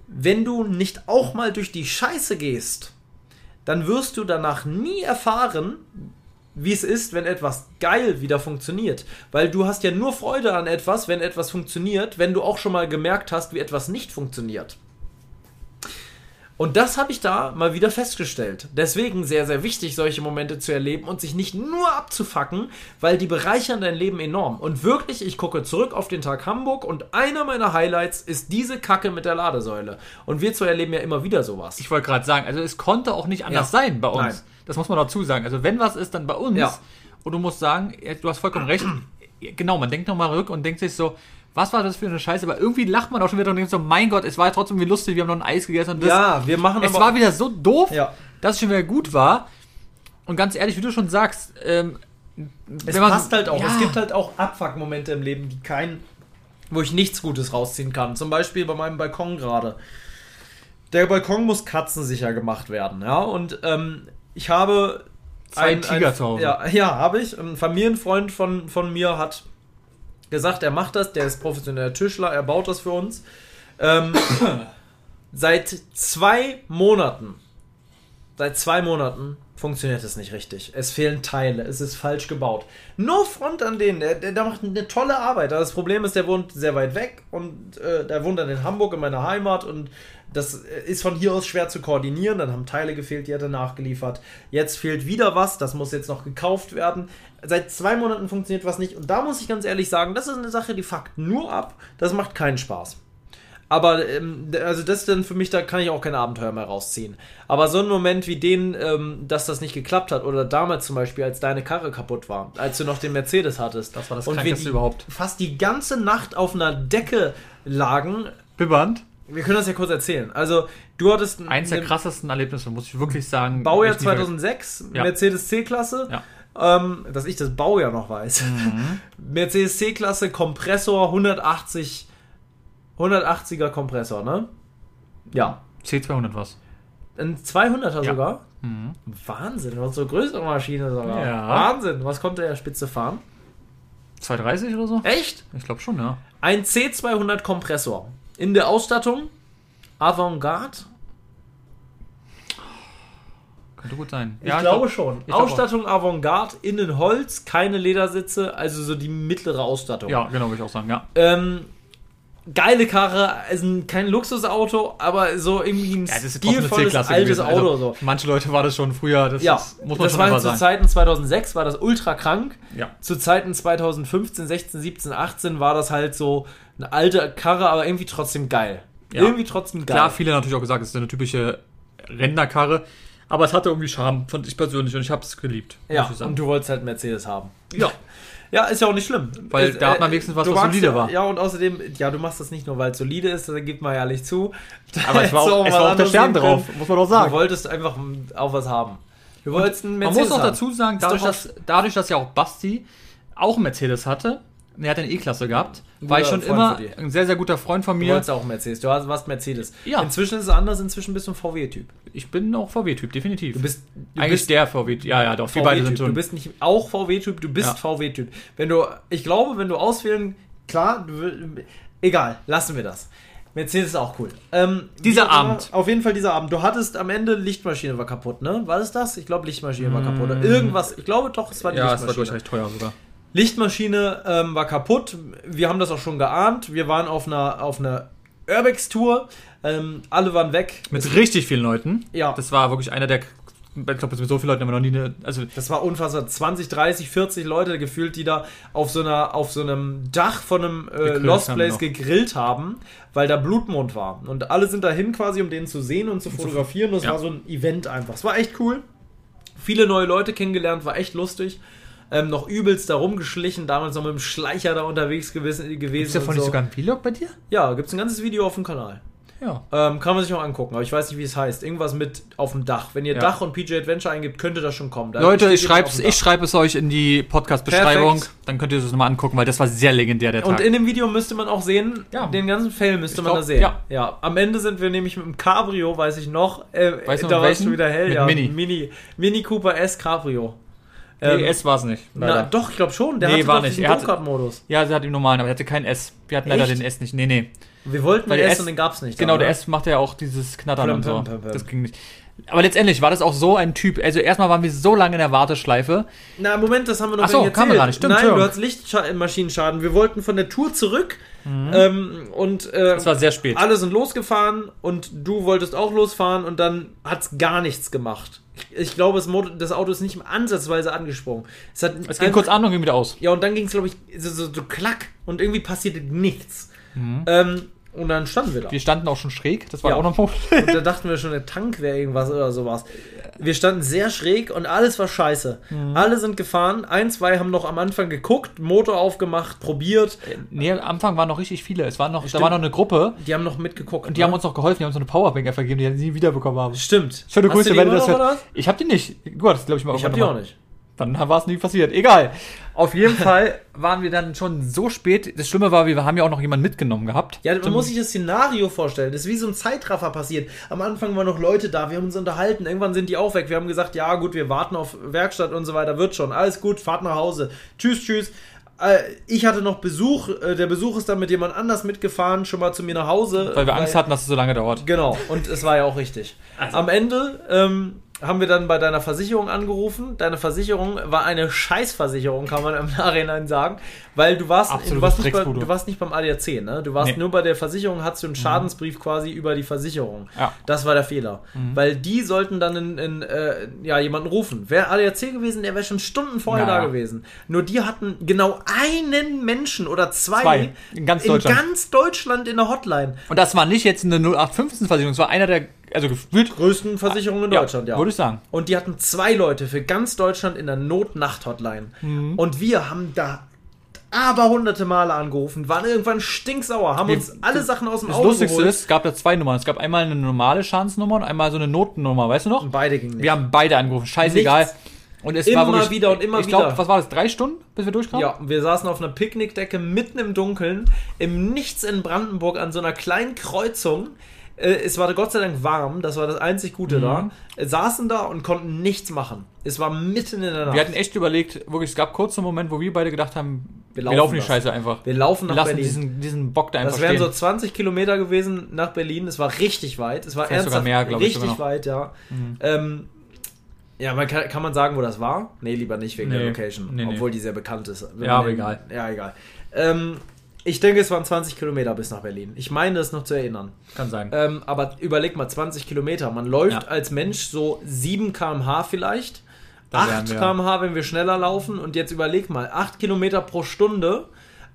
[SPEAKER 1] wenn du nicht auch mal durch die Scheiße gehst, dann wirst du danach nie erfahren, wie es ist, wenn etwas geil wieder funktioniert. Weil du hast ja nur Freude an etwas, wenn etwas funktioniert, wenn du auch schon mal gemerkt hast, wie etwas nicht funktioniert. Und das habe ich da mal wieder festgestellt. Deswegen sehr, sehr wichtig, solche Momente zu erleben und sich nicht nur abzufacken, weil die bereichern dein Leben enorm. Und wirklich, ich gucke zurück auf den Tag Hamburg und einer meiner Highlights ist diese Kacke mit der Ladesäule. Und wir zwei erleben ja immer wieder sowas.
[SPEAKER 2] Ich wollte gerade sagen, also es konnte auch nicht anders
[SPEAKER 1] Ja.
[SPEAKER 2] sein bei uns.
[SPEAKER 1] Nein.
[SPEAKER 2] Das muss man dazu sagen. Also wenn was ist, dann bei uns.
[SPEAKER 1] Ja.
[SPEAKER 2] Und du musst sagen, ja, du hast vollkommen recht. Genau, man denkt nochmal rück und denkt sich so, was war das für eine Scheiße? Aber irgendwie lacht man auch schon wieder und denkt so, mein Gott, es war ja trotzdem wie lustig, wir haben noch ein Eis gegessen und das.
[SPEAKER 1] ja, wir machen
[SPEAKER 2] es war wieder so doof,
[SPEAKER 1] Ja.
[SPEAKER 2] dass es schon wieder gut war. Und ganz ehrlich, wie du schon sagst, ähm,
[SPEAKER 1] Es
[SPEAKER 2] wenn man-
[SPEAKER 1] passt halt auch.
[SPEAKER 2] Ja.
[SPEAKER 1] Es gibt halt auch Abfuck-Momente im Leben, die kein, wo ich nichts Gutes rausziehen kann. Zum Beispiel bei meinem Balkon gerade. Der Balkon muss katzensicher gemacht werden, ja. Und ähm, ich habe
[SPEAKER 2] Zwei Tiger zu Hause.
[SPEAKER 1] Ja, ja habe ich. Ein Familienfreund von, von mir hat gesagt, er macht das. Der ist professioneller Tischler, er baut das für uns. Ähm, seit zwei Monaten Seit zwei Monaten funktioniert es nicht richtig. Es fehlen Teile, es ist falsch gebaut. No front an denen, der, der, der macht eine tolle Arbeit. Aber das Problem ist, der wohnt sehr weit weg und äh, der wohnt dann in Hamburg in meiner Heimat und das äh, ist von hier aus schwer zu koordinieren. Dann haben Teile gefehlt, die hat er nachgeliefert. Jetzt fehlt wieder was, das muss jetzt noch gekauft werden. Seit zwei Monaten funktioniert was nicht und da muss ich ganz ehrlich sagen, das ist eine Sache, die fuckt nur ab. Das macht keinen Spaß. Aber ähm, d- also das dann für mich, da kann ich auch kein Abenteuer mehr rausziehen. Aber so ein Moment wie den, ähm, dass das nicht geklappt hat, oder damals zum Beispiel, als deine Karre kaputt war, als du noch den Mercedes hattest,
[SPEAKER 2] Das war das
[SPEAKER 1] und wir
[SPEAKER 2] Krankeste
[SPEAKER 1] die,
[SPEAKER 2] überhaupt.
[SPEAKER 1] fast die ganze Nacht auf einer Decke lagen.
[SPEAKER 2] Bibbernd.
[SPEAKER 1] Wir können das ja kurz erzählen. Also du hattest ein-
[SPEAKER 2] Eins der
[SPEAKER 1] ein
[SPEAKER 2] krassesten Erlebnisse, muss ich wirklich sagen.
[SPEAKER 1] Baujahr
[SPEAKER 2] hab ich nie vergessen.
[SPEAKER 1] 2006,
[SPEAKER 2] Ja.
[SPEAKER 1] Mercedes C-Klasse.
[SPEAKER 2] Ja. Mhm.
[SPEAKER 1] Ähm, dass ich das Baujahr noch weiß. Mercedes C-Klasse, Kompressor, 180, 180er Kompressor, ne? Ja.
[SPEAKER 2] C200 was. Mhm.
[SPEAKER 1] Ein 200er
[SPEAKER 2] Ja.
[SPEAKER 1] sogar? Wahnsinn, was so größere Maschine sogar.
[SPEAKER 2] Ja.
[SPEAKER 1] Wahnsinn, was konnte er Spitze fahren?
[SPEAKER 2] 230 oder so?
[SPEAKER 1] Echt?
[SPEAKER 2] Ich glaube schon, ja.
[SPEAKER 1] Ein C200 Kompressor. In der Ausstattung Avantgarde.
[SPEAKER 2] Könnte gut sein.
[SPEAKER 1] ich glaube schon.
[SPEAKER 2] ich glaub auch.
[SPEAKER 1] Ausstattung Avantgarde, innen Holz, keine Ledersitze, also so die mittlere Ausstattung.
[SPEAKER 2] Ja, genau, würde ich auch sagen, ja.
[SPEAKER 1] Ähm, geile Karre, also kein Luxusauto, aber so irgendwie ein
[SPEAKER 2] Ja, das ist trotzdem eine
[SPEAKER 1] stilvolles
[SPEAKER 2] C-Klasse
[SPEAKER 1] altes
[SPEAKER 2] gewesen.
[SPEAKER 1] Auto
[SPEAKER 2] Also,
[SPEAKER 1] oder so.
[SPEAKER 2] Für manche Leute war das schon früher, das
[SPEAKER 1] Ja,
[SPEAKER 2] ist, muss man
[SPEAKER 1] das
[SPEAKER 2] schon
[SPEAKER 1] war
[SPEAKER 2] einfach
[SPEAKER 1] zu
[SPEAKER 2] sagen.
[SPEAKER 1] Zeiten 2006 war das ultra krank.
[SPEAKER 2] Ja.
[SPEAKER 1] Zu Zeiten 2015, 16, 17, 18 war das halt so eine alte Karre, aber irgendwie trotzdem geil.
[SPEAKER 2] Ja.
[SPEAKER 1] Irgendwie trotzdem geil.
[SPEAKER 2] Klar, viele haben natürlich auch gesagt, es ist eine typische Renderkarre, aber es hatte irgendwie Charme, fand ich persönlich, und ich habe es geliebt.
[SPEAKER 1] ja,
[SPEAKER 2] muss ich
[SPEAKER 1] und
[SPEAKER 2] sagen.
[SPEAKER 1] du wolltest halt einen Mercedes haben.
[SPEAKER 2] ja.
[SPEAKER 1] Ja, ist ja auch nicht schlimm.
[SPEAKER 2] Weil
[SPEAKER 1] Es- äh,
[SPEAKER 2] da hat man wenigstens was,
[SPEAKER 1] du
[SPEAKER 2] was
[SPEAKER 1] magst-
[SPEAKER 2] solide war.
[SPEAKER 1] Ja, und außerdem, ja, du machst das nicht nur, weil es solide ist, da gibt man ja ehrlich zu.
[SPEAKER 2] Aber
[SPEAKER 1] Hättest
[SPEAKER 2] es war
[SPEAKER 1] du
[SPEAKER 2] auch, es
[SPEAKER 1] was
[SPEAKER 2] war auch der
[SPEAKER 1] anderes
[SPEAKER 2] Stern
[SPEAKER 1] nehmen
[SPEAKER 2] drauf,
[SPEAKER 1] können.
[SPEAKER 2] muss man doch
[SPEAKER 1] Du
[SPEAKER 2] sagen.
[SPEAKER 1] wolltest einfach auch was haben. Du wolltest einen
[SPEAKER 2] Man
[SPEAKER 1] Mercedes
[SPEAKER 2] muss auch
[SPEAKER 1] haben.
[SPEAKER 2] dazu sagen, dadurch
[SPEAKER 1] doch
[SPEAKER 2] dass, dadurch, dass ja auch Basti auch einen Mercedes hatte, und er hat eine E-Klasse gehabt, war
[SPEAKER 1] guter
[SPEAKER 2] ich schon
[SPEAKER 1] Freund
[SPEAKER 2] immer
[SPEAKER 1] von dir.
[SPEAKER 2] ein sehr, sehr guter Freund von
[SPEAKER 1] Du
[SPEAKER 2] mir.
[SPEAKER 1] wolltest auch einen Mercedes. Du hast- warst Mercedes.
[SPEAKER 2] Ja.
[SPEAKER 1] Inzwischen ist es anders. Inzwischen bist du ein VW-Typ.
[SPEAKER 2] Ich bin auch VW-Typ, definitiv.
[SPEAKER 1] Du bist du
[SPEAKER 2] Eigentlich
[SPEAKER 1] bist
[SPEAKER 2] der VW, ja, ja, doch, wir beide
[SPEAKER 1] VW-Typ.
[SPEAKER 2] sind schon.
[SPEAKER 1] Du bist nicht auch VW-Typ. Du bist
[SPEAKER 2] Ja.
[SPEAKER 1] VW-Typ. Wenn du, ich glaube, wenn du auswählen, klar, du, will- egal, lassen wir das. Mercedes ist auch cool. Ähm,
[SPEAKER 2] Dieser
[SPEAKER 1] wie auch immer,
[SPEAKER 2] Abend.
[SPEAKER 1] Auf jeden Fall dieser Abend. Du hattest am Ende Lichtmaschine war kaputt, ne? War das das? Ich glaube, Lichtmaschine war kaputt. Oder irgendwas. Ich glaube doch, es war die
[SPEAKER 2] Mm. ja, es war
[SPEAKER 1] Lichtmaschine.
[SPEAKER 2] durchaus teuer sogar.
[SPEAKER 1] Lichtmaschine ähm, war kaputt. Wir haben das auch schon geahnt. Wir waren auf einer, auf einer Urbex-Tour. Ähm, alle waren weg.
[SPEAKER 2] Mit richtig vielen Leuten.
[SPEAKER 1] Ja.
[SPEAKER 2] Das war wirklich einer der. Ich glaube, mit so vielen Leuten haben wir noch nie eine. Also,
[SPEAKER 1] Das war unfassbar. 20, 30, 40 Leute gefühlt, die da auf so, einer, auf so einem Dach von einem äh,
[SPEAKER 2] Gegrillt
[SPEAKER 1] Lost
[SPEAKER 2] haben
[SPEAKER 1] Place
[SPEAKER 2] noch.
[SPEAKER 1] gegrillt haben, weil da Blutmond war. Und alle sind dahin quasi, um den zu sehen und zu fotografieren. Das
[SPEAKER 2] ja.
[SPEAKER 1] war so ein Event einfach. Es war echt cool. Viele neue Leute kennengelernt, war echt lustig. Ähm, noch übelst da rumgeschlichen, damals noch mit dem Schleicher da unterwegs äh, gewesen. gewesen
[SPEAKER 2] ist davon
[SPEAKER 1] und
[SPEAKER 2] nicht
[SPEAKER 1] so.
[SPEAKER 2] sogar ein Vlog bei dir?
[SPEAKER 1] Ja, gibt's ein ganzes Video auf dem Kanal.
[SPEAKER 2] Ja.
[SPEAKER 1] Ähm, kann man sich auch angucken, aber ich weiß nicht, wie es heißt. Irgendwas mit auf dem Dach. Wenn ihr
[SPEAKER 2] Ja.
[SPEAKER 1] Dach und PJ Adventure eingibt, könnte das schon kommen. Da
[SPEAKER 2] Leute,
[SPEAKER 1] steht
[SPEAKER 2] ich
[SPEAKER 1] jetzt
[SPEAKER 2] schreibe
[SPEAKER 1] auf dem Dach.
[SPEAKER 2] ich schreib es euch in die Podcast-Beschreibung.
[SPEAKER 1] Perfekt.
[SPEAKER 2] Dann könnt ihr es nochmal angucken, weil das war sehr legendär, der
[SPEAKER 1] Und
[SPEAKER 2] Tag.
[SPEAKER 1] in dem Video müsste man auch sehen,
[SPEAKER 2] Ja.
[SPEAKER 1] den ganzen Fail müsste
[SPEAKER 2] Ich
[SPEAKER 1] man
[SPEAKER 2] glaub,
[SPEAKER 1] da sehen.
[SPEAKER 2] ja.
[SPEAKER 1] Am Ende sind wir nämlich mit dem Cabrio, weiß ich noch, äh,
[SPEAKER 2] Weißt du,
[SPEAKER 1] da
[SPEAKER 2] mit
[SPEAKER 1] war es
[SPEAKER 2] welchem?
[SPEAKER 1] schon wieder hell.
[SPEAKER 2] Mit
[SPEAKER 1] ja,
[SPEAKER 2] Mini.
[SPEAKER 1] Mini. Mini Cooper S Cabrio.
[SPEAKER 2] nee,
[SPEAKER 1] Ähm,
[SPEAKER 2] Äh, S war es nicht.
[SPEAKER 1] na,
[SPEAKER 2] leider.
[SPEAKER 1] doch, ich glaube schon. Der
[SPEAKER 2] Nee,
[SPEAKER 1] hatte
[SPEAKER 2] war
[SPEAKER 1] doch
[SPEAKER 2] nicht.
[SPEAKER 1] diesen
[SPEAKER 2] Er hatte-
[SPEAKER 1] Go-Kart-Modus.
[SPEAKER 2] ja, sie hat im normalen, aber sie hatte kein S. Wir hatten leider
[SPEAKER 1] Echt?
[SPEAKER 2] den S nicht. Nee, nee.
[SPEAKER 1] Wir wollten
[SPEAKER 2] Weil
[SPEAKER 1] den
[SPEAKER 2] der
[SPEAKER 1] S,
[SPEAKER 2] S-
[SPEAKER 1] und den gab es nicht.
[SPEAKER 2] Genau,
[SPEAKER 1] aber-
[SPEAKER 2] der S macht ja auch dieses Knattern
[SPEAKER 1] Plum,
[SPEAKER 2] und so.
[SPEAKER 1] plum, plum, plum.
[SPEAKER 2] Das ging nicht. Aber letztendlich war das auch so ein Typ. Also erstmal waren wir so lange in der Warteschleife.
[SPEAKER 1] Na, Moment, das haben wir noch
[SPEAKER 2] Ach so,
[SPEAKER 1] nicht erzählt.
[SPEAKER 2] kam gar nicht. Stimmt,
[SPEAKER 1] Nein, du
[SPEAKER 2] Entschuldigung.
[SPEAKER 1] hattest Lichtmaschinenschaden. Wir wollten von der Tour zurück
[SPEAKER 2] Mhm.
[SPEAKER 1] ähm, und äh,
[SPEAKER 2] Das war sehr spät.
[SPEAKER 1] alle sind losgefahren und du wolltest auch losfahren und dann hat's gar nichts gemacht. Ich glaube, das, Motor, das Auto ist nicht im Ansatzweise angesprungen. Es, hat
[SPEAKER 2] Es ging
[SPEAKER 1] einfach-
[SPEAKER 2] kurz an und ging wieder aus.
[SPEAKER 1] Ja, und dann ging's glaube ich, so, so, so klack und irgendwie passierte nichts. Ähm, und dann standen wir da.
[SPEAKER 2] Mhm. Wir standen auch schon schräg. Das war
[SPEAKER 1] Ja.
[SPEAKER 2] auch noch ein Problem.
[SPEAKER 1] Und da dachten wir schon, der Tank wäre irgendwas oder sowas. Wir standen sehr schräg und alles war scheiße.
[SPEAKER 2] Mhm.
[SPEAKER 1] Alle sind gefahren. Ein, zwei haben noch am Anfang geguckt, Motor aufgemacht, probiert.
[SPEAKER 2] Nee, am Anfang waren noch richtig viele. Es waren noch, da
[SPEAKER 1] Stimmt.
[SPEAKER 2] war noch eine Gruppe
[SPEAKER 1] Die haben noch mitgeguckt.
[SPEAKER 2] und die haben uns noch geholfen. Die haben uns so eine Powerbank einfach gegeben, die wir nie wiederbekommen haben.
[SPEAKER 1] Stimmt.
[SPEAKER 2] Schöne
[SPEAKER 1] Hast
[SPEAKER 2] Grüße,
[SPEAKER 1] du die
[SPEAKER 2] wenn du
[SPEAKER 1] immer
[SPEAKER 2] das
[SPEAKER 1] noch, oder
[SPEAKER 2] hörst.
[SPEAKER 1] was?
[SPEAKER 2] Ich hab die nicht. Du hattest, glaube ich, mal
[SPEAKER 1] Ich hab die
[SPEAKER 2] irgendwann
[SPEAKER 1] auch
[SPEAKER 2] noch mal.
[SPEAKER 1] nicht.
[SPEAKER 2] Dann war es nie passiert. Egal. Auf jeden Fall waren wir dann schon so spät. Das Schlimme war, wir haben ja auch noch jemanden mitgenommen gehabt.
[SPEAKER 1] Ja, man muss sich das Szenario vorstellen. Das ist wie so ein Zeitraffer passiert. Am Anfang waren noch Leute da, wir haben uns unterhalten. Irgendwann sind die auch weg. Wir haben gesagt, ja gut, wir warten auf Werkstatt und so weiter. Wird schon. Alles gut, fahrt nach Hause. Tschüss, tschüss. Äh, Ich hatte noch Besuch. Äh, Der Besuch ist dann mit jemand anders mitgefahren, schon mal zu mir nach Hause.
[SPEAKER 2] weil wir Angst hatten, dass es so lange dauert.
[SPEAKER 1] Genau, und es war ja auch richtig.
[SPEAKER 2] Also.
[SPEAKER 1] Am Ende ähm, haben wir dann bei deiner Versicherung angerufen. Deine Versicherung war eine Scheißversicherung, kann man im Nachhinein sagen, weil du warst, du
[SPEAKER 2] Absolutes
[SPEAKER 1] warst, nicht, bei,
[SPEAKER 2] Drecksbude.
[SPEAKER 1] du warst nicht beim ADAC, ne? Du warst
[SPEAKER 2] Nee. Mhm.
[SPEAKER 1] nur bei der Versicherung, hattest du einen Schadensbrief quasi über die Versicherung.
[SPEAKER 2] Ja. Mhm.
[SPEAKER 1] Das war der Fehler. Weil die sollten dann in, in, äh, ja, jemanden rufen. Wäre ADAC gewesen, der wäre schon Stunden vorher
[SPEAKER 2] Ja.
[SPEAKER 1] da gewesen. Nur die hatten genau einen Menschen oder zwei,
[SPEAKER 2] Zwei. In ganz Deutschland.
[SPEAKER 1] ganz Deutschland in der Hotline.
[SPEAKER 2] Und das war nicht jetzt eine 0815-Versicherung. Es war einer der, also gefühlt
[SPEAKER 1] größten Versicherungen in
[SPEAKER 2] Ja,
[SPEAKER 1] Deutschland, ja.
[SPEAKER 2] würde ich sagen.
[SPEAKER 1] Und die hatten zwei Leute für ganz Deutschland in der Notnacht-Hotline.
[SPEAKER 2] Mhm.
[SPEAKER 1] Und wir haben da aber hunderte Male angerufen, waren irgendwann stinksauer, haben uns alle Sachen aus dem
[SPEAKER 2] Das
[SPEAKER 1] Auto
[SPEAKER 2] Lustigste
[SPEAKER 1] geholt.
[SPEAKER 2] ist, es gab da zwei Nummern. Es gab einmal eine normale Schadensnummer und einmal so eine Notennummer, weißt du noch?
[SPEAKER 1] Und beide gingen nicht.
[SPEAKER 2] Wir haben beide angerufen, scheißegal.
[SPEAKER 1] Nichts.
[SPEAKER 2] Und es
[SPEAKER 1] Immer
[SPEAKER 2] war wirklich,
[SPEAKER 1] wieder und immer
[SPEAKER 2] ich glaub,
[SPEAKER 1] wieder.
[SPEAKER 2] was war das? Drei Stunden, bis wir durchkamen?
[SPEAKER 1] ja, wir saßen auf einer Picknickdecke mitten im Dunkeln, im Nichts in Brandenburg an so einer kleinen Kreuzung. Äh, Es war Gott sei Dank warm, das war das einzig
[SPEAKER 2] Mhm.
[SPEAKER 1] Gute da. Äh, Saßen da und konnten nichts machen. Es war mitten in der Nacht.
[SPEAKER 2] Wir hatten echt überlegt, wirklich, es gab kurz so einen Moment, wo wir beide gedacht haben, wir laufen,
[SPEAKER 1] laufen
[SPEAKER 2] die
[SPEAKER 1] das.
[SPEAKER 2] Scheiße einfach.
[SPEAKER 1] wir laufen
[SPEAKER 2] Wir
[SPEAKER 1] nach
[SPEAKER 2] lassen
[SPEAKER 1] Berlin.
[SPEAKER 2] diesen, diesen Bock da einfach
[SPEAKER 1] Das wären
[SPEAKER 2] stehen.
[SPEAKER 1] so 20 Kilometer gewesen nach Berlin. Es war richtig weit. Es war
[SPEAKER 2] Vielleicht sogar Mhm.
[SPEAKER 1] ernsthaft
[SPEAKER 2] mehr, glaub ich,
[SPEAKER 1] richtig
[SPEAKER 2] sogar noch.
[SPEAKER 1] weit, ja. Ähm, Ja, man kann, kann man sagen, wo das war? Nee, lieber nicht wegen der
[SPEAKER 2] Nee.
[SPEAKER 1] Location,
[SPEAKER 2] Nee, nee.
[SPEAKER 1] obwohl die sehr bekannt ist. Wenn
[SPEAKER 2] Ja,
[SPEAKER 1] man
[SPEAKER 2] aber
[SPEAKER 1] den-
[SPEAKER 2] egal.
[SPEAKER 1] Ja, egal. Ähm, ich denke, es waren 20 Kilometer bis nach Berlin. Ich meine es noch zu erinnern.
[SPEAKER 2] Kann sein.
[SPEAKER 1] Ähm, aber überleg mal, 20 Kilometer. Man läuft
[SPEAKER 2] Ja.
[SPEAKER 1] als Mensch so 7 km/h vielleicht.
[SPEAKER 2] Da
[SPEAKER 1] 8
[SPEAKER 2] wären wir.
[SPEAKER 1] km/h, wenn wir schneller laufen. Und jetzt überleg mal, 8 Kilometer pro Stunde.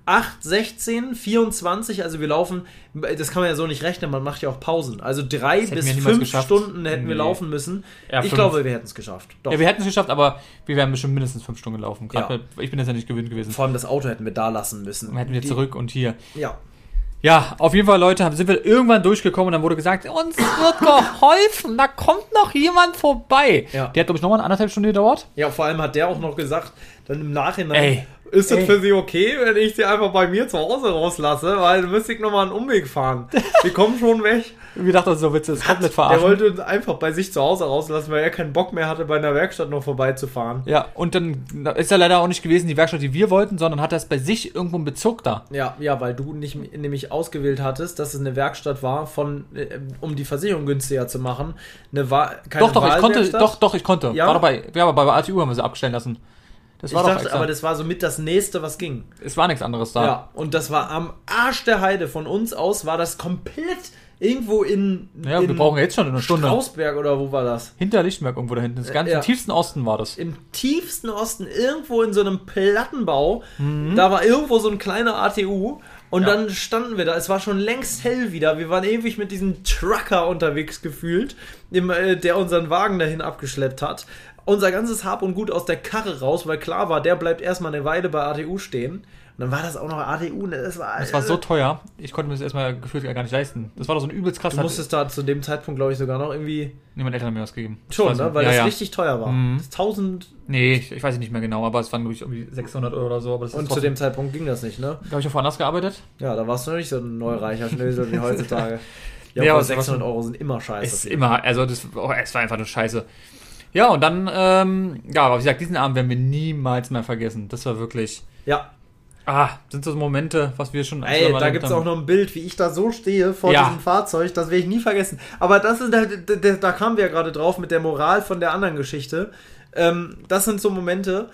[SPEAKER 1] 8, 16, 24, also wir laufen, das kann man ja so nicht rechnen, man macht ja auch Pausen. Also drei
[SPEAKER 2] hätten
[SPEAKER 1] bis
[SPEAKER 2] wir niemals
[SPEAKER 1] fünf
[SPEAKER 2] geschafft.
[SPEAKER 1] Stunden hätten wir
[SPEAKER 2] Nee.
[SPEAKER 1] laufen müssen.
[SPEAKER 2] Ja,
[SPEAKER 1] ich
[SPEAKER 2] fünf.
[SPEAKER 1] glaube, wir hätten es geschafft. Doch.
[SPEAKER 2] ja, wir hätten es geschafft, aber wir wären bestimmt mindestens fünf Stunden gelaufen. Gerade
[SPEAKER 1] Ja.
[SPEAKER 2] mit- Ich bin jetzt ja nicht gewöhnt gewesen.
[SPEAKER 1] Vor allem das Auto hätten wir da lassen müssen.
[SPEAKER 2] Dann hätten wir
[SPEAKER 1] Die-
[SPEAKER 2] zurück und hier.
[SPEAKER 1] Ja.
[SPEAKER 2] Ja, auf jeden Fall, Leute, sind wir irgendwann durchgekommen und dann wurde gesagt, uns wird geholfen, da kommt noch jemand vorbei.
[SPEAKER 1] Ja.
[SPEAKER 2] Der hat, glaube ich, nochmal anderthalb Stunden gedauert.
[SPEAKER 1] ja, vor allem hat der auch noch gesagt, dann im Nachhinein,
[SPEAKER 2] Ey.
[SPEAKER 1] ist das
[SPEAKER 2] Ey.
[SPEAKER 1] für Sie okay, wenn ich Sie einfach bei mir zu Hause rauslasse, weil dann müsste ich nochmal einen Umweg fahren. Wir kommen schon weg.
[SPEAKER 2] Wir dachten uns so, willst du das komplett
[SPEAKER 1] Der
[SPEAKER 2] verarschen?
[SPEAKER 1] wollte uns einfach bei sich zu Hause rauslassen, weil er keinen Bock mehr hatte, bei einer Werkstatt noch vorbeizufahren.
[SPEAKER 2] Ja, und dann ist er leider auch nicht gewesen, die Werkstatt, die wir wollten, sondern hat das bei sich irgendwo im Bezug da.
[SPEAKER 1] Ja, ja, weil du nicht nämlich ausgewählt hattest, dass es eine Werkstatt war, von, äh, um die Versicherung günstiger zu machen. Eine Wa keine
[SPEAKER 2] doch, doch, ich konnte,
[SPEAKER 1] Wahlwerkstatt.
[SPEAKER 2] doch, doch, ich konnte.
[SPEAKER 1] Ja?
[SPEAKER 2] War doch bei, ja, aber bei ATU haben wir sie abstellen lassen. Das
[SPEAKER 1] Ich
[SPEAKER 2] war doch
[SPEAKER 1] dachte,
[SPEAKER 2] extra.
[SPEAKER 1] aber das war so mit das Nächste, was ging.
[SPEAKER 2] es war nichts anderes da.
[SPEAKER 1] Ja, und das war am Arsch der Heide. Von uns aus war das komplett irgendwo in.
[SPEAKER 2] Ja,
[SPEAKER 1] in
[SPEAKER 2] wir brauchen jetzt schon eine Stunde.
[SPEAKER 1] Strausberg oder wo war das?
[SPEAKER 2] Hinter Lichtenberg irgendwo da hinten. Das ganze
[SPEAKER 1] Äh, Ja.
[SPEAKER 2] im tiefsten Osten war das.
[SPEAKER 1] Im tiefsten Osten, irgendwo in so einem Plattenbau. Da war irgendwo so ein kleiner ATU. Und
[SPEAKER 2] Mhm. Ja.
[SPEAKER 1] dann standen wir da. Es war schon längst hell wieder. Wir waren ewig mit diesem Trucker unterwegs gefühlt, dem, äh, der unseren Wagen dahin abgeschleppt hat. Unser ganzes Hab und Gut aus der Karre raus, weil klar war, der bleibt erstmal eine Weile bei ATU stehen. Und dann war das auch noch ATU. ne? Das war,
[SPEAKER 2] Das war so teuer, ich konnte mir das erstmal gefühlt gar nicht leisten. Das war doch so ein übelst krasser.
[SPEAKER 1] Du musstest da zu dem Zeitpunkt, glaube ich, sogar noch irgendwie
[SPEAKER 2] niemand Eltern mir ausgegeben.
[SPEAKER 1] schon,
[SPEAKER 2] Ich weiß
[SPEAKER 1] ne? weil
[SPEAKER 2] ja, Mhm.
[SPEAKER 1] das
[SPEAKER 2] ja.
[SPEAKER 1] richtig teuer war. Das 1000
[SPEAKER 2] Nee, ich, ich weiß nicht mehr genau, aber es waren, glaube ich, irgendwie 600 Euro oder so. Aber das
[SPEAKER 1] und
[SPEAKER 2] ist
[SPEAKER 1] zu dem Zeitpunkt ging das nicht, ne?
[SPEAKER 2] Habe ich auch woanders gearbeitet?
[SPEAKER 1] Ja, da warst du noch nicht so ein neureicher Schnösel wie heutzutage. Ja,
[SPEAKER 2] Ja,
[SPEAKER 1] aber
[SPEAKER 2] aber
[SPEAKER 1] 600
[SPEAKER 2] was-
[SPEAKER 1] Euro sind immer scheiße.
[SPEAKER 2] Es ist immer, also das, oh, es war einfach nur scheiße. Ja, und dann, ähm, ja, aber wie gesagt, diesen Abend werden wir niemals mehr vergessen. Das war wirklich,
[SPEAKER 1] ja,
[SPEAKER 2] ah, sind so Momente, was wir schon
[SPEAKER 1] ey, da gibt es auch noch ein Bild, wie ich da so stehe vor
[SPEAKER 2] Ja.
[SPEAKER 1] diesem Fahrzeug, das werde ich nie vergessen. Aber das ist, da, da, da kamen wir ja gerade drauf mit der Moral von der anderen Geschichte. Ähm, das sind so Momente,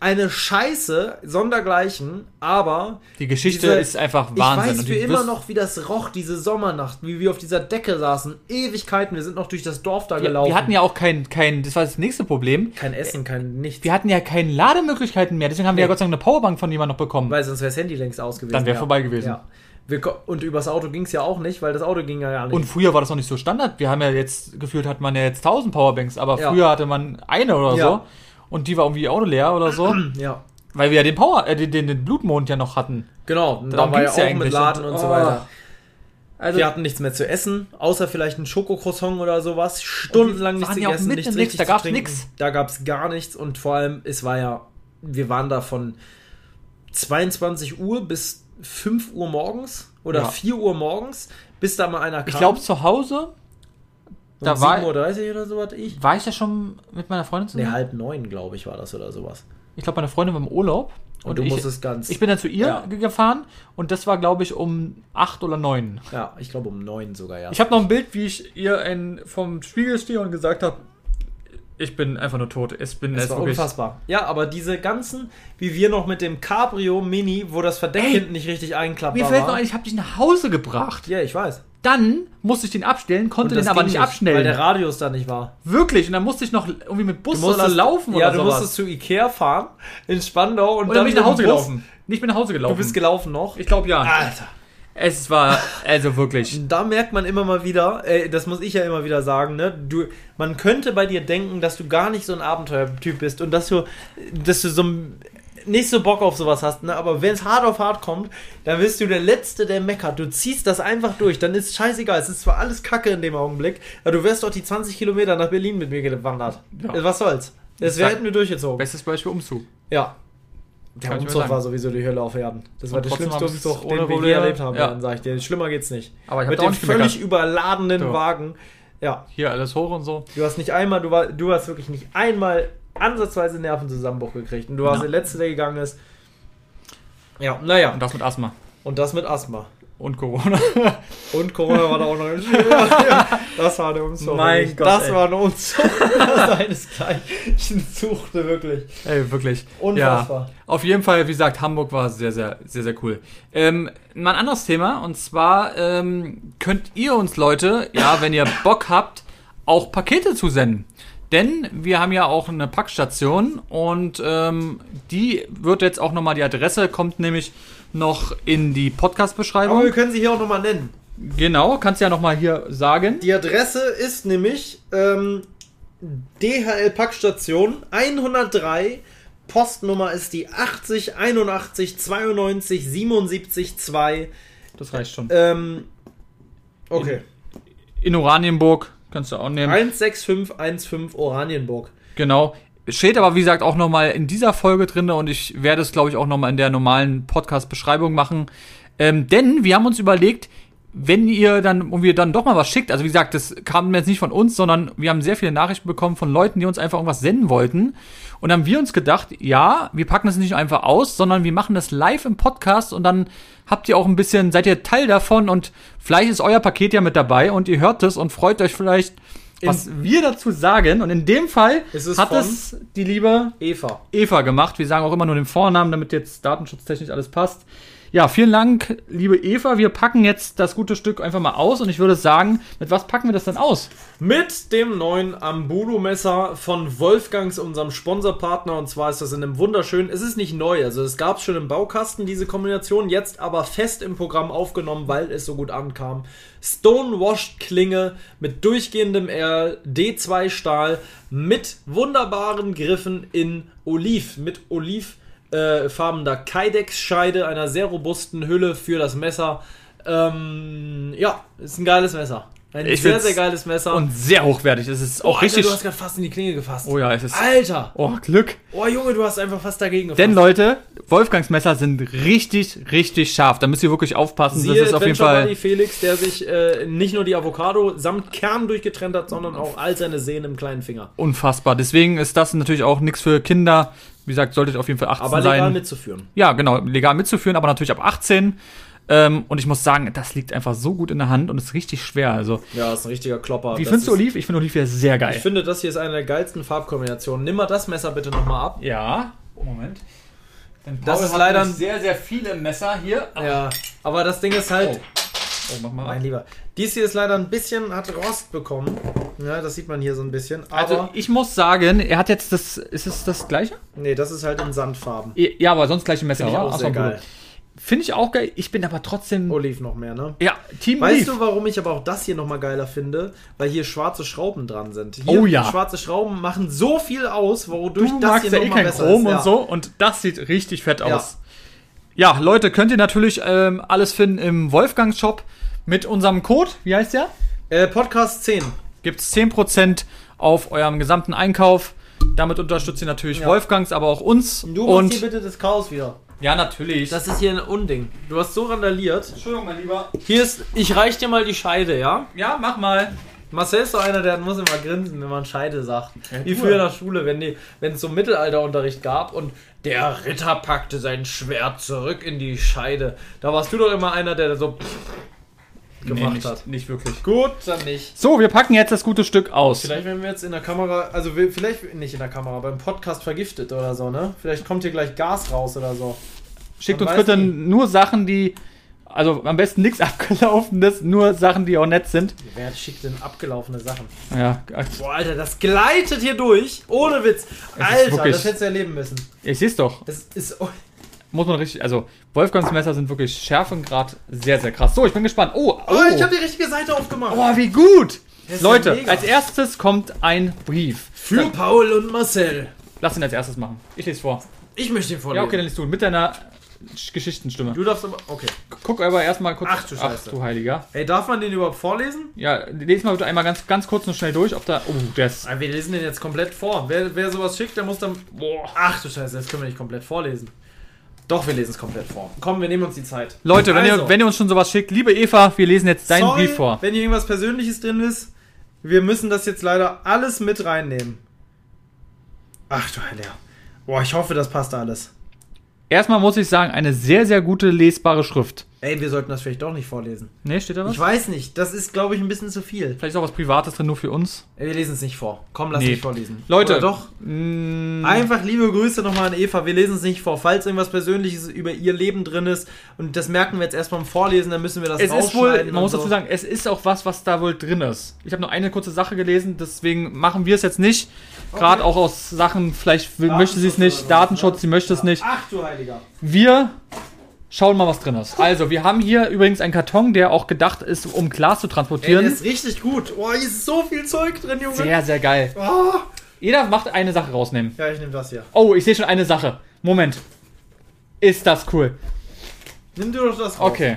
[SPEAKER 1] eine Scheiße, sondergleichen, aber
[SPEAKER 2] Die Geschichte
[SPEAKER 1] diese-
[SPEAKER 2] ist einfach Wahnsinn.
[SPEAKER 1] Ich weiß
[SPEAKER 2] und
[SPEAKER 1] für
[SPEAKER 2] du
[SPEAKER 1] immer
[SPEAKER 2] wirst-
[SPEAKER 1] noch, wie das roch, diese Sommernacht, wie wir auf dieser Decke saßen. Ewigkeiten, wir sind noch durch das Dorf da
[SPEAKER 2] wir,
[SPEAKER 1] gelaufen.
[SPEAKER 2] wir hatten ja auch kein, kein, das war das nächste Problem.
[SPEAKER 1] kein Essen, kein nichts.
[SPEAKER 2] Wir hatten ja keine Lademöglichkeiten mehr, deswegen haben wir
[SPEAKER 1] Nee.
[SPEAKER 2] ja Gott sei Dank eine Powerbank von jemandem noch bekommen.
[SPEAKER 1] Weil sonst wäre das Handy längst aus gewesen.
[SPEAKER 2] Dann wär vorbei gewesen.
[SPEAKER 1] Ja. Wir, ko- und übers Auto ging es ja auch nicht, weil das Auto ging ja gar nicht.
[SPEAKER 2] und früher war das noch nicht so Standard. Wir haben ja jetzt, gefühlt hat man ja jetzt 1000 Powerbanks, aber
[SPEAKER 1] Ja.
[SPEAKER 2] früher hatte man eine oder
[SPEAKER 1] Ja.
[SPEAKER 2] so. Und die war irgendwie auch leer oder so.
[SPEAKER 1] ja.
[SPEAKER 2] Weil wir ja den Power, äh, den, den, den Blutmond ja noch hatten.
[SPEAKER 1] Genau, und da war ja
[SPEAKER 2] ging's
[SPEAKER 1] auch
[SPEAKER 2] ja
[SPEAKER 1] mit
[SPEAKER 2] eigentlich.
[SPEAKER 1] Laden und,
[SPEAKER 2] Und-
[SPEAKER 1] so
[SPEAKER 2] oh.
[SPEAKER 1] weiter.
[SPEAKER 2] Also
[SPEAKER 1] Wir hatten nichts mehr zu essen, außer vielleicht ein Schokocroissant oder sowas. Stundenlang
[SPEAKER 2] Und wir
[SPEAKER 1] nichts
[SPEAKER 2] waren ja auch
[SPEAKER 1] gegessen,
[SPEAKER 2] mitten
[SPEAKER 1] nichts
[SPEAKER 2] im
[SPEAKER 1] richtig
[SPEAKER 2] Nix, da
[SPEAKER 1] zu
[SPEAKER 2] gab's
[SPEAKER 1] trinken.
[SPEAKER 2] nix.
[SPEAKER 1] Da gab es gar nichts und vor allem, es war ja, wir waren da von 22 Uhr bis 5 Uhr morgens oder
[SPEAKER 2] Ja.
[SPEAKER 1] 4 Uhr morgens, bis da mal einer kam.
[SPEAKER 2] ich glaube zu Hause, da
[SPEAKER 1] um
[SPEAKER 2] war-
[SPEAKER 1] 7.30 Uhr oder so hatte ich.
[SPEAKER 2] war ich ja schon mit meiner Freundin
[SPEAKER 1] Ne,
[SPEAKER 2] zusammen.
[SPEAKER 1] halb neun, glaube ich, war das oder sowas.
[SPEAKER 2] Ich glaube, meine Freundin war im Urlaub.
[SPEAKER 1] Und, du
[SPEAKER 2] ich,
[SPEAKER 1] musstest ganz.
[SPEAKER 2] Ich bin dann zu ihr
[SPEAKER 1] Ja.
[SPEAKER 2] gefahren und das war, glaube ich, um acht oder neun.
[SPEAKER 1] ja, ich glaube um neun sogar, ja.
[SPEAKER 2] Ich habe noch ein Bild, wie ich ihr ein, vom Spiegel stehe und gesagt habe, ich bin einfach nur tot. Ich bin
[SPEAKER 1] Das war unfassbar. Ja, aber diese ganzen, wie wir noch mit dem Cabrio Mini, wo das Verdeck
[SPEAKER 2] Ey,
[SPEAKER 1] hinten nicht richtig einklappbar
[SPEAKER 2] Mir fällt noch
[SPEAKER 1] war.
[SPEAKER 2] ein, ich habe dich nach Hause gebracht.
[SPEAKER 1] ja, ich weiß.
[SPEAKER 2] Dann musste ich den abstellen, konnte den aber
[SPEAKER 1] ging
[SPEAKER 2] nicht
[SPEAKER 1] Weil der
[SPEAKER 2] abschnellen.
[SPEAKER 1] Radius da nicht war.
[SPEAKER 2] Wirklich. Und dann musste ich noch irgendwie mit Bus oder laufen
[SPEAKER 1] ja,
[SPEAKER 2] oder
[SPEAKER 1] du
[SPEAKER 2] sowas.
[SPEAKER 1] musstest zu Ikea fahren, in Spandau und
[SPEAKER 2] Oder
[SPEAKER 1] dann
[SPEAKER 2] bin ich nach
[SPEAKER 1] mit
[SPEAKER 2] Hause
[SPEAKER 1] dem Bus.
[SPEAKER 2] gelaufen? Nicht bin nach Hause gelaufen.
[SPEAKER 1] Du bist gelaufen noch.
[SPEAKER 2] ich glaube ja.
[SPEAKER 1] Alter.
[SPEAKER 2] Es war also wirklich.
[SPEAKER 1] Da merkt man immer mal wieder, ey, das muss ich ja immer wieder sagen, ne? Du, man könnte bei dir denken, dass du gar nicht so ein Abenteuertyp bist und dass du, dass du so ein- nicht so Bock auf sowas hast, ne? Aber wenn es hart auf hart kommt, dann bist du der Letzte, der meckert. Du ziehst das einfach durch, dann ist scheißegal. Es ist zwar alles Kacke in dem Augenblick, aber du wärst doch die 20 Kilometer nach Berlin mit mir gewandert.
[SPEAKER 2] Ja.
[SPEAKER 1] Was soll's? Das wär,
[SPEAKER 2] Sag-
[SPEAKER 1] hätten wir durchgezogen.
[SPEAKER 2] Bestes Beispiel Umzug.
[SPEAKER 1] Ja. Der
[SPEAKER 2] Kann ich mir
[SPEAKER 1] Umzug
[SPEAKER 2] sagen.
[SPEAKER 1] war sowieso die Hölle auf Erden. Das war
[SPEAKER 2] Und
[SPEAKER 1] der
[SPEAKER 2] trotzdem
[SPEAKER 1] schlimmste
[SPEAKER 2] haben wir es
[SPEAKER 1] Umzug,
[SPEAKER 2] ohne
[SPEAKER 1] den wir je
[SPEAKER 2] Probleme-
[SPEAKER 1] erlebt haben,
[SPEAKER 2] Ja.
[SPEAKER 1] werden, sag ich dir. Schlimmer geht's nicht.
[SPEAKER 2] Aber ich hab
[SPEAKER 1] Mit
[SPEAKER 2] da auch
[SPEAKER 1] dem
[SPEAKER 2] nicht
[SPEAKER 1] völlig
[SPEAKER 2] gemeckert.
[SPEAKER 1] überladenen
[SPEAKER 2] Ja.
[SPEAKER 1] Wagen. Ja,
[SPEAKER 2] Hier alles hoch und so.
[SPEAKER 1] du hast nicht einmal, du, war, du hast wirklich nicht einmal ansatzweise Nervenzusammenbruch gekriegt. Und du warst
[SPEAKER 2] Ja.
[SPEAKER 1] der Letzte, der gegangen ist. Ja, naja.
[SPEAKER 2] Und das mit Asthma.
[SPEAKER 1] Und das mit Asthma.
[SPEAKER 2] Und Corona.
[SPEAKER 3] Und Corona war da auch noch im Spiel. Das war eine Unzucht.
[SPEAKER 1] Mein Gott,
[SPEAKER 3] Das
[SPEAKER 1] ey.
[SPEAKER 3] war eine Unzucht seinesgleichen suchte, wirklich.
[SPEAKER 2] Ey, wirklich.
[SPEAKER 3] Unfassbar.
[SPEAKER 2] Ja. Auf jeden Fall, wie gesagt, Hamburg war sehr, sehr, sehr, sehr cool. Ähm, mal ein anderes Thema, und zwar ähm, könnt ihr uns Leute, ja, wenn ihr Bock habt, auch Pakete zusenden. Denn wir haben ja auch eine Packstation und ähm, die wird jetzt auch nochmal, die Adresse kommt nämlich noch in die
[SPEAKER 3] Aber wir
[SPEAKER 2] Podcast-Beschreibung.
[SPEAKER 3] können sie hier auch nochmal nennen.
[SPEAKER 2] Genau, kannst du ja nochmal hier sagen.
[SPEAKER 3] Die Adresse ist nämlich ähm, DHL Packstation 103. Postnummer ist die 80 81 92 77 2.
[SPEAKER 2] Das reicht schon.
[SPEAKER 3] Ähm, okay.
[SPEAKER 2] In Oranienburg kannst du auch nehmen.
[SPEAKER 3] 16515 Oranienburg.
[SPEAKER 2] Genau. Steht aber, wie gesagt, auch nochmal in dieser Folge drin und ich werde es, glaube ich, auch nochmal in der normalen Podcast-Beschreibung machen. Ähm, denn wir haben uns überlegt, wenn ihr dann, und wir dann doch mal was schickt, also wie gesagt, das kam jetzt nicht von uns, sondern wir haben sehr viele Nachrichten bekommen von Leuten, die uns einfach irgendwas senden wollten. Und dann haben wir uns gedacht, ja, wir packen das nicht einfach aus, sondern wir machen das live im Podcast und dann habt ihr auch ein bisschen, seid ihr Teil davon und vielleicht ist euer Paket ja mit dabei und ihr hört es und freut euch vielleicht, was wir dazu sagen. Und in dem Fall
[SPEAKER 3] Ist es
[SPEAKER 2] hat
[SPEAKER 3] von-
[SPEAKER 2] es die liebe
[SPEAKER 3] Eva.
[SPEAKER 2] Eva gemacht. Wir sagen auch immer nur den Vornamen, damit jetzt datenschutztechnisch alles passt. Ja, vielen Dank, liebe Eva. Wir packen jetzt das gute Stück einfach mal aus und ich würde sagen, mit was packen wir das dann aus?
[SPEAKER 1] Mit dem neuen Ambulo-Messer von Wolfgangs, unserem Sponsorpartner. Und zwar ist das in einem wunderschönen, es ist nicht neu, also es gab es schon im Baukasten, diese Kombination, jetzt aber fest im Programm aufgenommen, weil es so gut ankam. Stonewashed-Klinge mit durchgehendem R, D2-Stahl, mit wunderbaren Griffen in Oliv, mit Oliv. Äh, farbener Kydex-Scheide, einer sehr robusten Hülle für das Messer. Ähm, ja, ist ein geiles Messer. Ein
[SPEAKER 2] Ich
[SPEAKER 1] sehr,
[SPEAKER 2] find's-
[SPEAKER 1] sehr geiles Messer.
[SPEAKER 2] Und sehr hochwertig. Es ist auch
[SPEAKER 1] Boah,
[SPEAKER 2] richtig.
[SPEAKER 1] Alter, du hast gerade fast in die Klinge gefasst.
[SPEAKER 2] oh ja, es ist.
[SPEAKER 1] Alter!
[SPEAKER 2] Oh, Glück.
[SPEAKER 1] Oh Junge, du hast einfach fast dagegen gefasst.
[SPEAKER 2] Denn Leute, Wolfgangs Messer sind richtig, richtig scharf. Da müsst ihr wirklich aufpassen.
[SPEAKER 1] Siehe
[SPEAKER 2] das ist auf jeden
[SPEAKER 1] Adventure Buddy
[SPEAKER 2] Fall.
[SPEAKER 1] Felix, der sich äh, nicht nur die Avocado samt Kern durchgetrennt hat, sondern auch all seine Sehnen im kleinen Finger.
[SPEAKER 2] Unfassbar. Deswegen ist das natürlich auch nichts für Kinder. Wie gesagt, solltet ihr auf jeden Fall 18
[SPEAKER 1] Aber legal
[SPEAKER 2] sein.
[SPEAKER 1] mitzuführen.
[SPEAKER 2] ja, genau, legal mitzuführen, aber natürlich ab 18. Ähm, und ich muss sagen, das liegt einfach so gut in der Hand und ist richtig schwer. Also,
[SPEAKER 1] Ja, ist ein richtiger Klopper.
[SPEAKER 2] wie
[SPEAKER 1] Das
[SPEAKER 2] findest du
[SPEAKER 1] ist-
[SPEAKER 2] Oliv? Ich finde Oliv ja sehr
[SPEAKER 1] Ich
[SPEAKER 2] geil.
[SPEAKER 1] finde, das hier ist eine der geilsten Farbkombinationen. Nimm mal das Messer bitte nochmal ab.
[SPEAKER 2] Ja, Moment. Denn
[SPEAKER 1] Das ist leider
[SPEAKER 2] nämlich sehr, sehr viele Messer hier.
[SPEAKER 1] Ja, aber das Ding ist halt...
[SPEAKER 2] Oh. Oh, mach mal
[SPEAKER 1] Mein
[SPEAKER 2] rein.
[SPEAKER 1] Lieber. Dies hier ist leider ein bisschen, hat Rost bekommen. Ja, das sieht man hier so ein bisschen. Aber,
[SPEAKER 2] Also, ich muss sagen, er hat jetzt das. Ist es das gleiche?
[SPEAKER 1] nee, das ist halt in Sandfarben.
[SPEAKER 2] Ja, aber sonst gleiche Messer.
[SPEAKER 1] Finde ich
[SPEAKER 2] oder?
[SPEAKER 1] auch
[SPEAKER 2] Ach so,
[SPEAKER 1] sehr
[SPEAKER 2] Bruder.
[SPEAKER 1] geil.
[SPEAKER 2] Finde ich auch geil. Ich bin aber trotzdem.
[SPEAKER 1] Oliv noch mehr, ne?
[SPEAKER 2] ja, Team
[SPEAKER 1] Weißt
[SPEAKER 2] Oliv.
[SPEAKER 1] du, warum ich aber auch das hier nochmal geiler finde? Weil hier schwarze Schrauben dran sind. Hier
[SPEAKER 2] Oh ja.
[SPEAKER 1] Schwarze Schrauben machen so viel aus, wodurch
[SPEAKER 2] du
[SPEAKER 1] das
[SPEAKER 2] magst
[SPEAKER 1] hier
[SPEAKER 2] ja eh
[SPEAKER 1] nochmal
[SPEAKER 2] kein
[SPEAKER 1] besser
[SPEAKER 2] Chrom
[SPEAKER 1] ist.
[SPEAKER 2] und so und das sieht richtig fett aus. Ja, Leute, könnt ihr natürlich ähm, alles finden im Wolfgang-Shop mit unserem Code, wie heißt der?
[SPEAKER 1] Äh, Podcast 10.
[SPEAKER 2] Gibt es 10% auf eurem gesamten Einkauf. Damit unterstützt ihr natürlich Wolfgangs, aber auch uns.
[SPEAKER 1] Du machst hier
[SPEAKER 2] und
[SPEAKER 1] bitte das Chaos wieder.
[SPEAKER 2] ja, natürlich.
[SPEAKER 1] Das ist hier ein Unding. Du hast so randaliert.
[SPEAKER 2] Entschuldigung, mein Lieber.
[SPEAKER 1] Hier ist, ich reich dir mal die Scheide, ja?
[SPEAKER 2] Ja, mach mal.
[SPEAKER 1] Marcel ist so einer, der muss immer grinsen, wenn man Scheide sagt. Wie
[SPEAKER 2] cool.
[SPEAKER 1] früher in der Schule, wenn die- wenn es so Mittelalterunterricht gab und der Ritter packte sein Schwert zurück in die Scheide. Da warst du doch immer einer, der so gemacht hat.
[SPEAKER 2] nicht wirklich.
[SPEAKER 1] Gut, dann nicht.
[SPEAKER 2] So, wir packen jetzt das gute Stück aus.
[SPEAKER 1] Vielleicht werden wir jetzt in der Kamera, also wir, vielleicht nicht in der Kamera, beim Podcast vergiftet oder so, ne? Vielleicht kommt hier gleich Gas raus oder so.
[SPEAKER 2] Schickt
[SPEAKER 1] Man
[SPEAKER 2] uns
[SPEAKER 1] weiß
[SPEAKER 2] bitte
[SPEAKER 1] nie.
[SPEAKER 2] nur Sachen, die. Also am besten nichts abgelaufenes, nur Sachen, die auch nett sind.
[SPEAKER 1] Wer schickt denn abgelaufene Sachen?
[SPEAKER 2] Ja,
[SPEAKER 1] Boah, Alter, das gleitet hier durch. Ohne Witz. Alter,
[SPEAKER 2] wirklich-
[SPEAKER 1] das hättest du erleben müssen.
[SPEAKER 2] ich seh's doch.
[SPEAKER 1] Das ist. Oh,
[SPEAKER 2] Muss man richtig, also Wolfgangs Messer sind wirklich Schärfengrad sehr, sehr krass. So, ich bin gespannt. Oh, oh.
[SPEAKER 1] oh, ich habe die richtige Seite aufgemacht.
[SPEAKER 2] Boah, wie gut!
[SPEAKER 1] ist ja
[SPEAKER 2] Leute,
[SPEAKER 1] mega.
[SPEAKER 2] als erstes kommt ein Brief.
[SPEAKER 1] Für Paul und Marcel.
[SPEAKER 2] Lass ihn als erstes machen. Ich lese vor.
[SPEAKER 1] Ich möchte ihn vorlesen.
[SPEAKER 2] Ja, okay, dann liest du mit deiner Sch- Geschichtenstimme.
[SPEAKER 1] Du darfst aber. Okay.
[SPEAKER 2] Guck aber erstmal kurz.
[SPEAKER 1] Ach du Scheiße.
[SPEAKER 2] Ach du Heiliger.
[SPEAKER 1] Ey, darf man den überhaupt vorlesen?
[SPEAKER 2] Ja, lese mal bitte einmal ganz, ganz kurz und schnell durch, ob da. Oh, der ist.
[SPEAKER 1] Ah, wir lesen den jetzt komplett vor. Wer, wer sowas schickt, der muss dann. Boah. Ach du Scheiße, das können wir nicht komplett vorlesen. Doch, wir lesen es komplett vor. Komm, wir nehmen uns die Zeit.
[SPEAKER 2] Leute, wenn,
[SPEAKER 1] Also.
[SPEAKER 2] ihr, wenn ihr uns schon sowas schickt, liebe Eva, wir lesen jetzt deinen
[SPEAKER 1] Sorry,
[SPEAKER 2] Brief vor.
[SPEAKER 1] Wenn hier irgendwas Persönliches drin ist, wir müssen das jetzt leider alles mit reinnehmen. Ach du Heiliger. Boah, ich hoffe, das passt alles.
[SPEAKER 2] Erstmal muss ich sagen, eine sehr, sehr gute lesbare Schrift.
[SPEAKER 1] Ey, wir sollten das vielleicht doch nicht vorlesen.
[SPEAKER 2] Nee, steht da was?
[SPEAKER 1] Ich weiß nicht. Das ist, glaube ich, ein bisschen zu viel.
[SPEAKER 2] Vielleicht ist auch was Privates drin, nur für uns.
[SPEAKER 1] Ey, Wir lesen es nicht vor. Komm, lass
[SPEAKER 2] Nee.
[SPEAKER 1] mich vorlesen.
[SPEAKER 2] Leute.
[SPEAKER 1] Oder doch. Hm, Mhm. Einfach liebe Grüße nochmal an Eva. Wir lesen es nicht vor. Falls irgendwas Persönliches über ihr Leben drin ist und das merken wir jetzt erst beim Vorlesen, dann müssen wir das
[SPEAKER 2] es ist wohl,
[SPEAKER 1] rausschneiden
[SPEAKER 2] man muss
[SPEAKER 1] und
[SPEAKER 2] dazu
[SPEAKER 1] so.
[SPEAKER 2] sagen, es ist auch was, was da wohl drin ist. Ich habe nur eine kurze Sache gelesen, deswegen machen wir es jetzt nicht. Gerade auch aus Sachen, vielleicht will, möchte sie es
[SPEAKER 1] Datenschutz
[SPEAKER 2] nicht,
[SPEAKER 1] oder sowas,
[SPEAKER 2] Datenschutz,
[SPEAKER 1] ne?
[SPEAKER 2] sie möchte es nicht.
[SPEAKER 1] Ach du Heiliger.
[SPEAKER 2] Wir schauen mal, was drin ist. Also, wir haben hier übrigens einen Karton, der auch gedacht ist, um Glas zu
[SPEAKER 1] Ey, der
[SPEAKER 2] transportieren.
[SPEAKER 1] ist richtig gut. Oh, hier ist so viel Zeug drin, Junge.
[SPEAKER 2] sehr, sehr geil.
[SPEAKER 1] Ah.
[SPEAKER 2] Jeder macht eine Sache rausnehmen.
[SPEAKER 1] Ja, ich nehme das hier.
[SPEAKER 2] Oh, ich sehe schon eine Sache. Moment. Ist das cool.
[SPEAKER 1] Nimm du doch das raus.
[SPEAKER 2] Okay.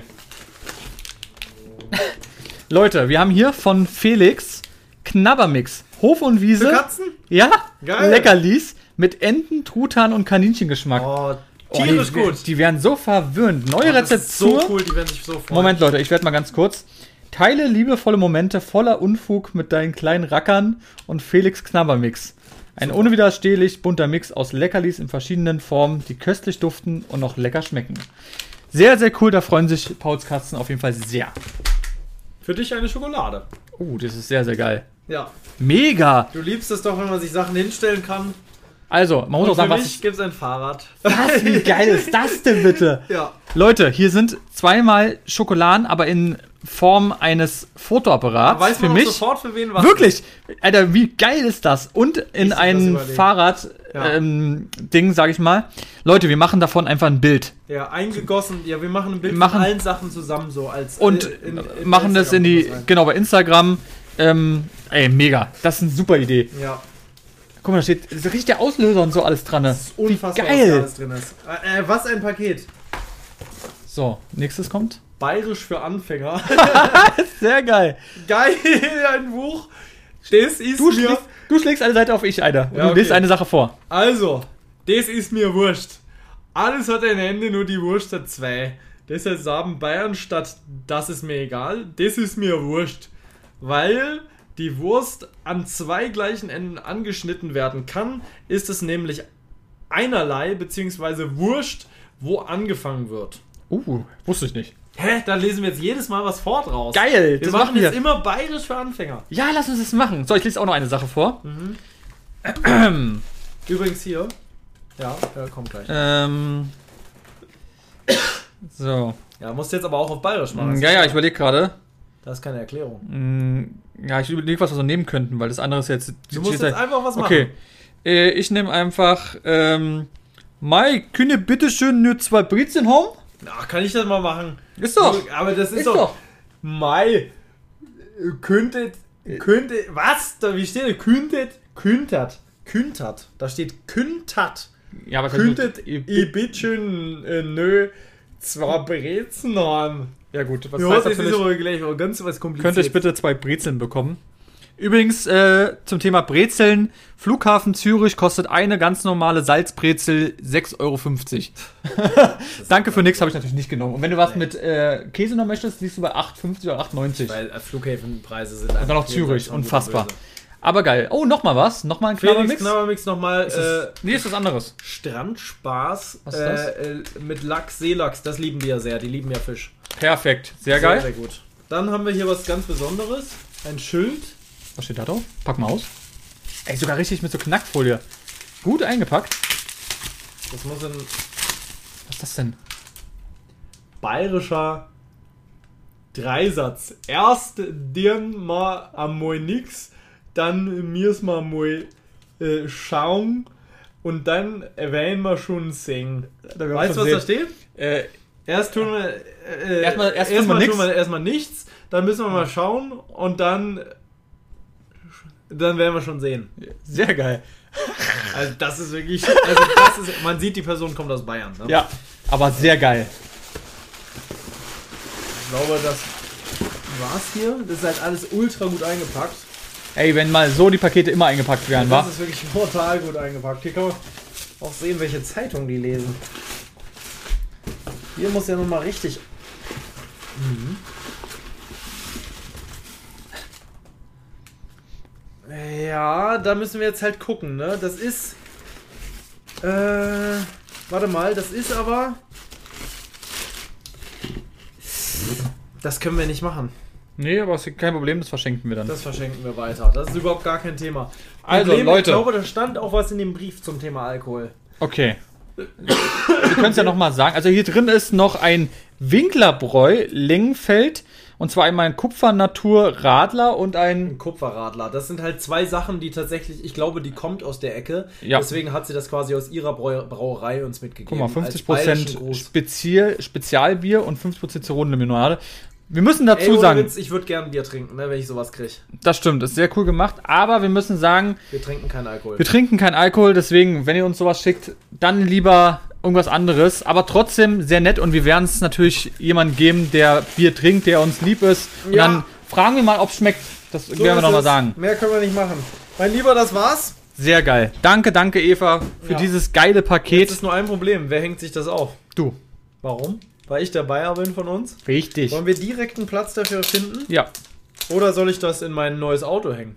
[SPEAKER 2] Leute, wir haben hier von Felix Knabbermix. Hof und Wiese.
[SPEAKER 1] Für Katzen?
[SPEAKER 2] Ja,
[SPEAKER 1] Geil.
[SPEAKER 2] Leckerlis mit Enten, Truthahn und Kaninchengeschmack.
[SPEAKER 1] Oh,
[SPEAKER 2] Oh,
[SPEAKER 1] tierisch
[SPEAKER 2] die,
[SPEAKER 1] gut. Oh,
[SPEAKER 2] Die werden so verwöhnt. Neue
[SPEAKER 1] das ist
[SPEAKER 2] Rezeptur.
[SPEAKER 1] so cool, die werden sich so freuen.
[SPEAKER 2] Moment, Leute, ich werde mal ganz kurz. Teile liebevolle Momente voller Unfug mit deinen kleinen Rackern und Felix Knabbermix. Ein unwiderstehlich bunter Mix aus Leckerlis in verschiedenen Formen, die köstlich duften und noch lecker schmecken. Sehr, sehr cool, da freuen sich Pauls Katzen auf jeden Fall sehr.
[SPEAKER 1] Für dich eine Schokolade.
[SPEAKER 2] Oh, das ist sehr, sehr geil.
[SPEAKER 1] Ja.
[SPEAKER 2] Mega!
[SPEAKER 1] Du liebst es doch, wenn man sich Sachen hinstellen kann.
[SPEAKER 2] Also, man muss auch
[SPEAKER 1] Und für
[SPEAKER 2] sagen,
[SPEAKER 1] mich
[SPEAKER 2] was,
[SPEAKER 1] gibt es ein Fahrrad.
[SPEAKER 2] was, wie geil ist das denn bitte?
[SPEAKER 1] ja.
[SPEAKER 2] Leute, hier sind zweimal Schokoladen, aber in Form eines
[SPEAKER 1] Da
[SPEAKER 2] Fotoapparats
[SPEAKER 1] weiß
[SPEAKER 2] für
[SPEAKER 1] man auch
[SPEAKER 2] mich.
[SPEAKER 1] sofort, für wen was.
[SPEAKER 2] Wirklich! Alter, wie geil ist das? Und in
[SPEAKER 1] das
[SPEAKER 2] ein
[SPEAKER 1] überlegt.
[SPEAKER 2] Fahrrad-Ding,
[SPEAKER 1] Ja.
[SPEAKER 2] ähm, Ding, sag ich mal. Leute, wir machen davon einfach ein Bild.
[SPEAKER 1] Ja, eingegossen. Ja, wir machen ein Bild
[SPEAKER 2] Wir machen-
[SPEAKER 1] von allen Sachen zusammen so als
[SPEAKER 2] Und
[SPEAKER 1] Äh, in- in- in
[SPEAKER 2] machen das in die,
[SPEAKER 1] Instagram
[SPEAKER 2] genau, bei Instagram. Ähm, ey, mega. Das ist eine super Idee.
[SPEAKER 1] rein. Ja,
[SPEAKER 2] Guck mal, da steht so richtig der Auslöser und so alles dran. ne?
[SPEAKER 1] das ist unfassbar, was
[SPEAKER 2] geil.
[SPEAKER 1] da alles drin ist. Äh, äh, was ein Paket.
[SPEAKER 2] So, nächstes kommt.
[SPEAKER 1] Bayerisch für Anfänger.
[SPEAKER 2] Sehr geil.
[SPEAKER 1] Geil, ein Buch. Das ist
[SPEAKER 2] Du,
[SPEAKER 1] mir.
[SPEAKER 2] schlägst, du schlägst eine Seite auf ich eine. Und
[SPEAKER 1] Ja,
[SPEAKER 2] du
[SPEAKER 1] okay.
[SPEAKER 2] liest eine Sache vor.
[SPEAKER 1] Also, das ist mir wurscht. Alles hat ein Ende, nur die Wurst hat zwei. Deshalb sagen Bayern statt das ist mir egal, das ist mir wurscht. Weil die Wurst an zwei gleichen Enden angeschnitten werden kann, ist es nämlich einerlei bzw. wurscht, wo angefangen wird.
[SPEAKER 2] Uh, wusste ich nicht.
[SPEAKER 1] Hä, da lesen wir jetzt jedes Mal was fort raus. Wir
[SPEAKER 2] Geil, das
[SPEAKER 1] machen
[SPEAKER 2] machen
[SPEAKER 1] jetzt
[SPEAKER 2] wir.
[SPEAKER 1] immer bayerisch für Anfänger.
[SPEAKER 2] Ja, lass uns das machen. So, ich lese auch noch eine Sache vor.
[SPEAKER 1] Übrigens hier. Ja, ja, kommt gleich.
[SPEAKER 2] Ähm. So.
[SPEAKER 1] Ja, musst jetzt aber auch auf bayerisch machen.
[SPEAKER 2] Ja, ja, ich überlege gerade.
[SPEAKER 1] Das ist keine Erklärung.
[SPEAKER 2] Mm, Ja, ich überlege, was wir so nehmen könnten, weil das andere ist jetzt.
[SPEAKER 1] Du musst jetzt einfach was machen.
[SPEAKER 2] okay. Äh, ich nehme einfach. Ähm, Mai, könnt ihr bitte schön nur zwei Brezeln haben?
[SPEAKER 1] Ach, kann ich das mal machen?
[SPEAKER 2] Ist doch.
[SPEAKER 1] Aber das ist, doch. Mai. äh, Könntet. Könnte. Was? Da, wie steht da? Kündtet. Kündert. Kündert. Da steht Kündert.
[SPEAKER 2] Ja, aber
[SPEAKER 1] Kündert.
[SPEAKER 2] könntet ihr.
[SPEAKER 1] Ich bitteschön. Äh, nö. Zwar Brezen haben.
[SPEAKER 2] Ja, gut. Was
[SPEAKER 1] Ja,
[SPEAKER 2] heißt
[SPEAKER 1] das ist
[SPEAKER 2] natürlich,
[SPEAKER 1] aber gleich auch ganz was kompliziert.
[SPEAKER 2] könnte ich bitte zwei Brezeln bekommen? Übrigens, äh, zum Thema Brezeln. Flughafen Zürich kostet eine ganz normale Salzbrezel 6,50 Euro. Danke für nichts habe ich natürlich nicht genommen. Und wenn du was
[SPEAKER 1] Nee.
[SPEAKER 2] mit äh, Käse noch möchtest, liegst du bei 8,50 oder 8,90.
[SPEAKER 1] Weil äh, Flughäfenpreise sind einfach.
[SPEAKER 2] dann noch
[SPEAKER 1] jenseits
[SPEAKER 2] Zürich,
[SPEAKER 1] von
[SPEAKER 2] unfassbar.
[SPEAKER 1] Gut und Böse.
[SPEAKER 2] Aber geil. Oh, nochmal was? Nochmal ein knapper
[SPEAKER 1] Felix
[SPEAKER 2] Mix?
[SPEAKER 1] Knabbermix nochmal. Äh,
[SPEAKER 2] nee, ist was anderes.
[SPEAKER 1] Strandspaß
[SPEAKER 2] Was ist das?
[SPEAKER 1] äh, äh, mit Lachs, Seelachs. Das lieben die ja sehr. Die lieben ja Fisch.
[SPEAKER 2] Perfekt. Sehr geil.
[SPEAKER 1] Sehr, sehr gut. Dann haben wir hier was ganz Besonderes. Ein Schild.
[SPEAKER 2] Was steht da drauf? Pack mal aus. Ey, sogar richtig mit so Knackfolie. Gut eingepackt.
[SPEAKER 1] Das muss ein
[SPEAKER 2] Was ist das denn?
[SPEAKER 1] bayerischer Dreisatz. Erst dirn mal amoy nix, dann mir's mal moi äh, schauen und dann erwähnen wir schon singen. Weißt du, was da steht?
[SPEAKER 2] Äh,
[SPEAKER 1] Erst tun wir äh,
[SPEAKER 2] Erstmal- erst tun
[SPEAKER 1] erstmal
[SPEAKER 2] wir
[SPEAKER 1] tun
[SPEAKER 2] nix.
[SPEAKER 1] wir erstmal nichts, dann müssen wir mal schauen und dann dann werden wir schon sehen.
[SPEAKER 2] sehr geil.
[SPEAKER 1] Also das ist wirklich, also das ist, man sieht, die Person kommt aus Bayern. Ne?
[SPEAKER 2] Ja, aber sehr geil.
[SPEAKER 1] Ich glaube, das war's hier. Das ist halt alles ultra gut eingepackt.
[SPEAKER 2] Ey, wenn mal so die Pakete immer eingepackt werden,
[SPEAKER 1] Das
[SPEAKER 2] wa?
[SPEAKER 1] ist wirklich brutal gut eingepackt. Hier kann man auch sehen, welche Zeitung die lesen. Hier muss ja nochmal richtig. Mhm. Ja, da müssen wir jetzt halt gucken, ne? Das ist. Äh, warte mal, das ist aber. Das können wir nicht machen.
[SPEAKER 2] Nee, aber ist kein Problem, das verschenken wir dann.
[SPEAKER 1] Das verschenken wir weiter. Das ist überhaupt gar kein Thema.
[SPEAKER 2] Also,
[SPEAKER 1] Ich
[SPEAKER 2] Leute.
[SPEAKER 1] glaube, da stand auch was in dem Brief zum Thema Alkohol.
[SPEAKER 2] Okay. Wir können es ja nochmal sagen. Also hier drin ist noch ein Winklerbräu, Längenfeld. Und zwar einmal ein Kupfernatur Radler und ein.
[SPEAKER 1] Ein Kupferradler. Das sind halt zwei Sachen, die tatsächlich, ich glaube, die kommt aus der Ecke.
[SPEAKER 2] Ja.
[SPEAKER 1] Deswegen hat sie das quasi aus ihrer Brau Brauerei uns
[SPEAKER 2] Guck
[SPEAKER 1] mitgegeben.
[SPEAKER 2] mal,
[SPEAKER 1] als bayerischen
[SPEAKER 2] 50%
[SPEAKER 1] Gruß.
[SPEAKER 2] Spezial, Spezialbier und 5% Zitronenlimonade. Wir müssen
[SPEAKER 1] Ey,
[SPEAKER 2] dazu
[SPEAKER 1] ohne
[SPEAKER 2] sagen,
[SPEAKER 1] Witz, ich würde gern Bier trinken, ne, wenn ich sowas kriege.
[SPEAKER 2] das stimmt, ist sehr cool gemacht, aber wir müssen sagen,
[SPEAKER 1] Wir trinken keinen Alkohol.
[SPEAKER 2] wir trinken keinen Alkohol, deswegen, wenn ihr uns sowas schickt, dann lieber irgendwas anderes, aber trotzdem sehr nett und wir werden es natürlich jemandem geben, der Bier trinkt, der uns lieb ist und
[SPEAKER 1] Ja.
[SPEAKER 2] dann fragen wir mal, ob es schmeckt. Das
[SPEAKER 1] So
[SPEAKER 2] werden wir
[SPEAKER 1] ist
[SPEAKER 2] nochmal
[SPEAKER 1] es.
[SPEAKER 2] sagen.
[SPEAKER 1] Mehr können wir nicht machen. Mein Lieber, das war's.
[SPEAKER 2] Sehr geil. Danke, danke Eva für
[SPEAKER 1] Ja.
[SPEAKER 2] dieses geile
[SPEAKER 1] Jetzt
[SPEAKER 2] Paket.
[SPEAKER 1] ist nur ein Problem. Wer hängt sich das auf?
[SPEAKER 2] du.
[SPEAKER 1] Warum? Weil ich der Bayer bin von uns?
[SPEAKER 2] Richtig.
[SPEAKER 1] Wollen wir direkt einen Platz dafür finden?
[SPEAKER 2] Ja.
[SPEAKER 1] Oder soll ich das in mein neues Auto hängen?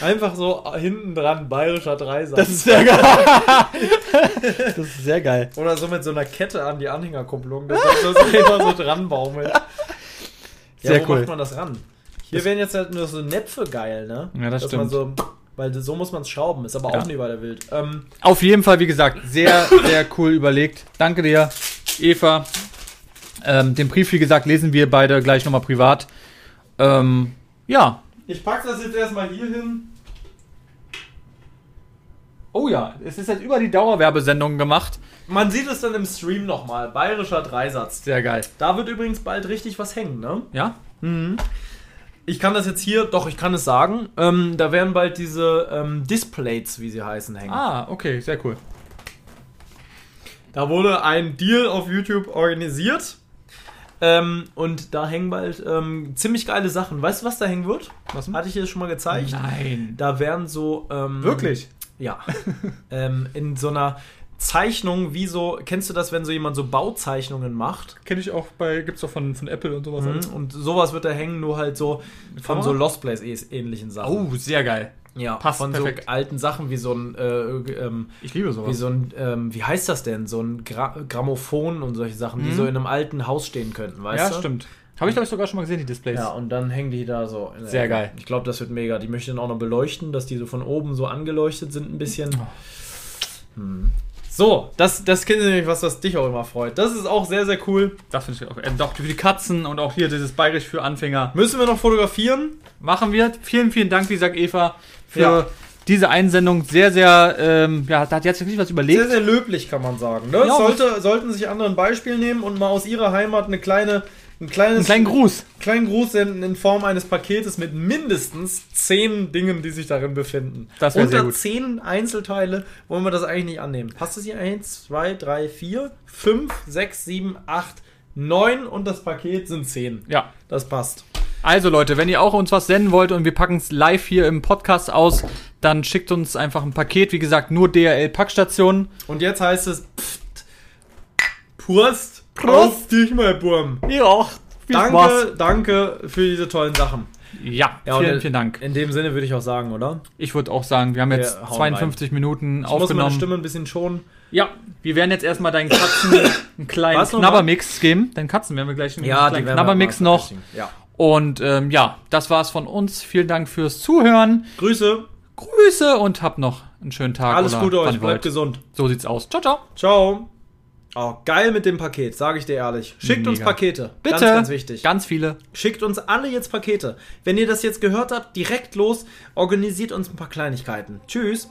[SPEAKER 1] Einfach so hinten dran bayerischer Dreisack.
[SPEAKER 2] ist sehr geil. das ist sehr geil.
[SPEAKER 1] Oder so mit so einer Kette an die Anhängerkupplung, dass man das immer so dran baumelt. Ja,
[SPEAKER 2] Sehr
[SPEAKER 1] wo
[SPEAKER 2] cool.
[SPEAKER 1] macht man das ran? Hier
[SPEAKER 2] Das-
[SPEAKER 1] wären jetzt halt nur so Näpfe geil, ne?
[SPEAKER 2] Ja, das
[SPEAKER 1] Dass Man
[SPEAKER 2] stimmt.
[SPEAKER 1] so, weil so muss man es schrauben, ist aber
[SPEAKER 2] Ja.
[SPEAKER 1] auch nicht weiter wild. Ähm,
[SPEAKER 2] Auf jeden Fall, wie gesagt, sehr, sehr cool überlegt. Danke dir, Eva. Ähm, den Brief, wie gesagt, lesen wir beide gleich nochmal privat. Ähm, ja.
[SPEAKER 1] ich pack das jetzt erstmal hier hin.
[SPEAKER 2] Oh ja, es ist jetzt über die Dauerwerbesendung gemacht.
[SPEAKER 1] Man sieht es dann im Stream nochmal. Bayerischer Dreisatz.
[SPEAKER 2] Sehr geil.
[SPEAKER 1] Da wird übrigens bald richtig was hängen, ne?
[SPEAKER 2] Ja?
[SPEAKER 1] Ich kann das jetzt hier, doch, ich kann es sagen. Ähm, da werden bald diese ähm, Displays, wie sie heißen, hängen.
[SPEAKER 2] Ah, okay, sehr cool.
[SPEAKER 1] Da wurde ein Deal auf YouTube organisiert. Ähm, und da hängen bald ähm, ziemlich geile Sachen. Weißt du, was da hängen wird?
[SPEAKER 2] Was
[SPEAKER 1] Hatte ich dir das schon mal gezeigt?
[SPEAKER 2] Nein.
[SPEAKER 1] Da werden so. Ähm, Ja. ähm, in so einer Zeichnung, wie so. Kennst du das, wenn so jemand so Bauzeichnungen macht?
[SPEAKER 2] Kenne ich auch bei, gibt's auch von, von Apple und sowas.
[SPEAKER 1] Mhm. Und sowas wird da hängen, nur halt so von
[SPEAKER 2] Kamera?
[SPEAKER 1] so Lost Place ähnlichen Sachen.
[SPEAKER 2] Oh, sehr geil.
[SPEAKER 1] ja,
[SPEAKER 2] passt
[SPEAKER 1] von
[SPEAKER 2] perfekt.
[SPEAKER 1] so alten Sachen wie so ein. Äh, ähm,
[SPEAKER 2] Ich liebe sowas.
[SPEAKER 1] Wie so ein, ähm, wie heißt das denn? So ein Gra Grammophon und solche Sachen, die
[SPEAKER 2] Mhm.
[SPEAKER 1] so in einem alten Haus stehen könnten, weißt
[SPEAKER 2] ja,
[SPEAKER 1] du?
[SPEAKER 2] stimmt. Habe ich, glaube ich, sogar schon mal gesehen, die Displays.
[SPEAKER 1] Ja, und dann hängen die da so. in der
[SPEAKER 2] Sehr
[SPEAKER 1] Ecke.
[SPEAKER 2] geil.
[SPEAKER 1] Ich glaube, das wird mega. Die möchte ich dann auch noch beleuchten, dass die so von oben so angeleuchtet sind ein bisschen. Hm. So, das, das ist nämlich was, was dich auch immer freut. Das ist auch sehr, sehr cool.
[SPEAKER 2] Das finde ich auch. Ähm, doch, für die Katzen und auch hier dieses Bayerisch für Anfänger.
[SPEAKER 1] Müssen wir noch fotografieren?
[SPEAKER 2] machen wir. Vielen, vielen Dank, wie gesagt, Eva, für
[SPEAKER 1] Ja.
[SPEAKER 2] diese Einsendung. Sehr, sehr, ähm, ja, da hat jetzt wirklich was
[SPEAKER 1] Sehr,
[SPEAKER 2] überlegt.
[SPEAKER 1] sehr löblich, kann man sagen. Ne?
[SPEAKER 2] Ja,
[SPEAKER 1] Sollte, sollten sich andere ein Beispiel nehmen und mal aus ihrer Heimat eine kleine, ein
[SPEAKER 2] Einen
[SPEAKER 1] kleines,
[SPEAKER 2] kleinen Gruß.
[SPEAKER 1] kleinen Gruß senden in Form eines Paketes mit mindestens zehn Dingen, die sich darin befinden.
[SPEAKER 2] Das wär
[SPEAKER 1] Unter
[SPEAKER 2] sehr gut.
[SPEAKER 1] zehn Einzelteile wollen wir das eigentlich nicht annehmen. Passt es hier? Eins, zwei, drei, vier, fünf, sechs, sieben, acht, neun und das Paket sind zehn.
[SPEAKER 2] Ja.
[SPEAKER 1] Das passt.
[SPEAKER 2] Also Leute, wenn ihr auch uns was senden wollt und wir packen es live hier im Podcast aus, dann schickt uns einfach ein Paket. Wie gesagt, nur DRL-Packstationen.
[SPEAKER 1] Und jetzt heißt es pft, Prost,
[SPEAKER 2] Prost.
[SPEAKER 1] auf dich, mein Burm.
[SPEAKER 2] Ihr auch.
[SPEAKER 1] Danke,
[SPEAKER 2] Danke.
[SPEAKER 1] danke für diese tollen Sachen.
[SPEAKER 2] Ja,
[SPEAKER 1] Ja, und
[SPEAKER 2] vielen,
[SPEAKER 1] in-
[SPEAKER 2] vielen Dank.
[SPEAKER 1] In dem Sinne würde ich auch sagen, oder?
[SPEAKER 2] Ich würde auch sagen, wir haben jetzt
[SPEAKER 1] hauen rein.
[SPEAKER 2] 52
[SPEAKER 1] Ich
[SPEAKER 2] Minuten
[SPEAKER 1] muss meine
[SPEAKER 2] aufgenommen.
[SPEAKER 1] Stimme ein bisschen schonen.
[SPEAKER 2] ja, wir werden jetzt erstmal deinen Katzen einen kleinen
[SPEAKER 1] Was noch mal?
[SPEAKER 2] Knabbermix geben. Deinen Katzen werden wir gleich einen kleinen Knabbermix noch.
[SPEAKER 1] Ja.
[SPEAKER 2] Und ähm, ja, das war's von uns. Vielen Dank fürs Zuhören.
[SPEAKER 1] Grüße,
[SPEAKER 2] Grüße und habt noch einen schönen Tag.
[SPEAKER 1] alles
[SPEAKER 2] oder
[SPEAKER 1] Gute
[SPEAKER 2] wann
[SPEAKER 1] euch,
[SPEAKER 2] ihr
[SPEAKER 1] bleibt
[SPEAKER 2] wollt.
[SPEAKER 1] gesund.
[SPEAKER 2] So sieht's aus. Ciao, ciao.
[SPEAKER 1] Ciao. Oh, geil mit dem Paket, sage ich dir ehrlich. Schickt uns
[SPEAKER 2] Mega.
[SPEAKER 1] Pakete.
[SPEAKER 2] Bitte.
[SPEAKER 1] Ganz, ganz wichtig.
[SPEAKER 2] Ganz viele.
[SPEAKER 1] Schickt uns alle jetzt Pakete. Wenn ihr das jetzt gehört habt, direkt los. Organisiert uns ein paar Kleinigkeiten. Tschüss.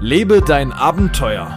[SPEAKER 4] Lebe dein Abenteuer.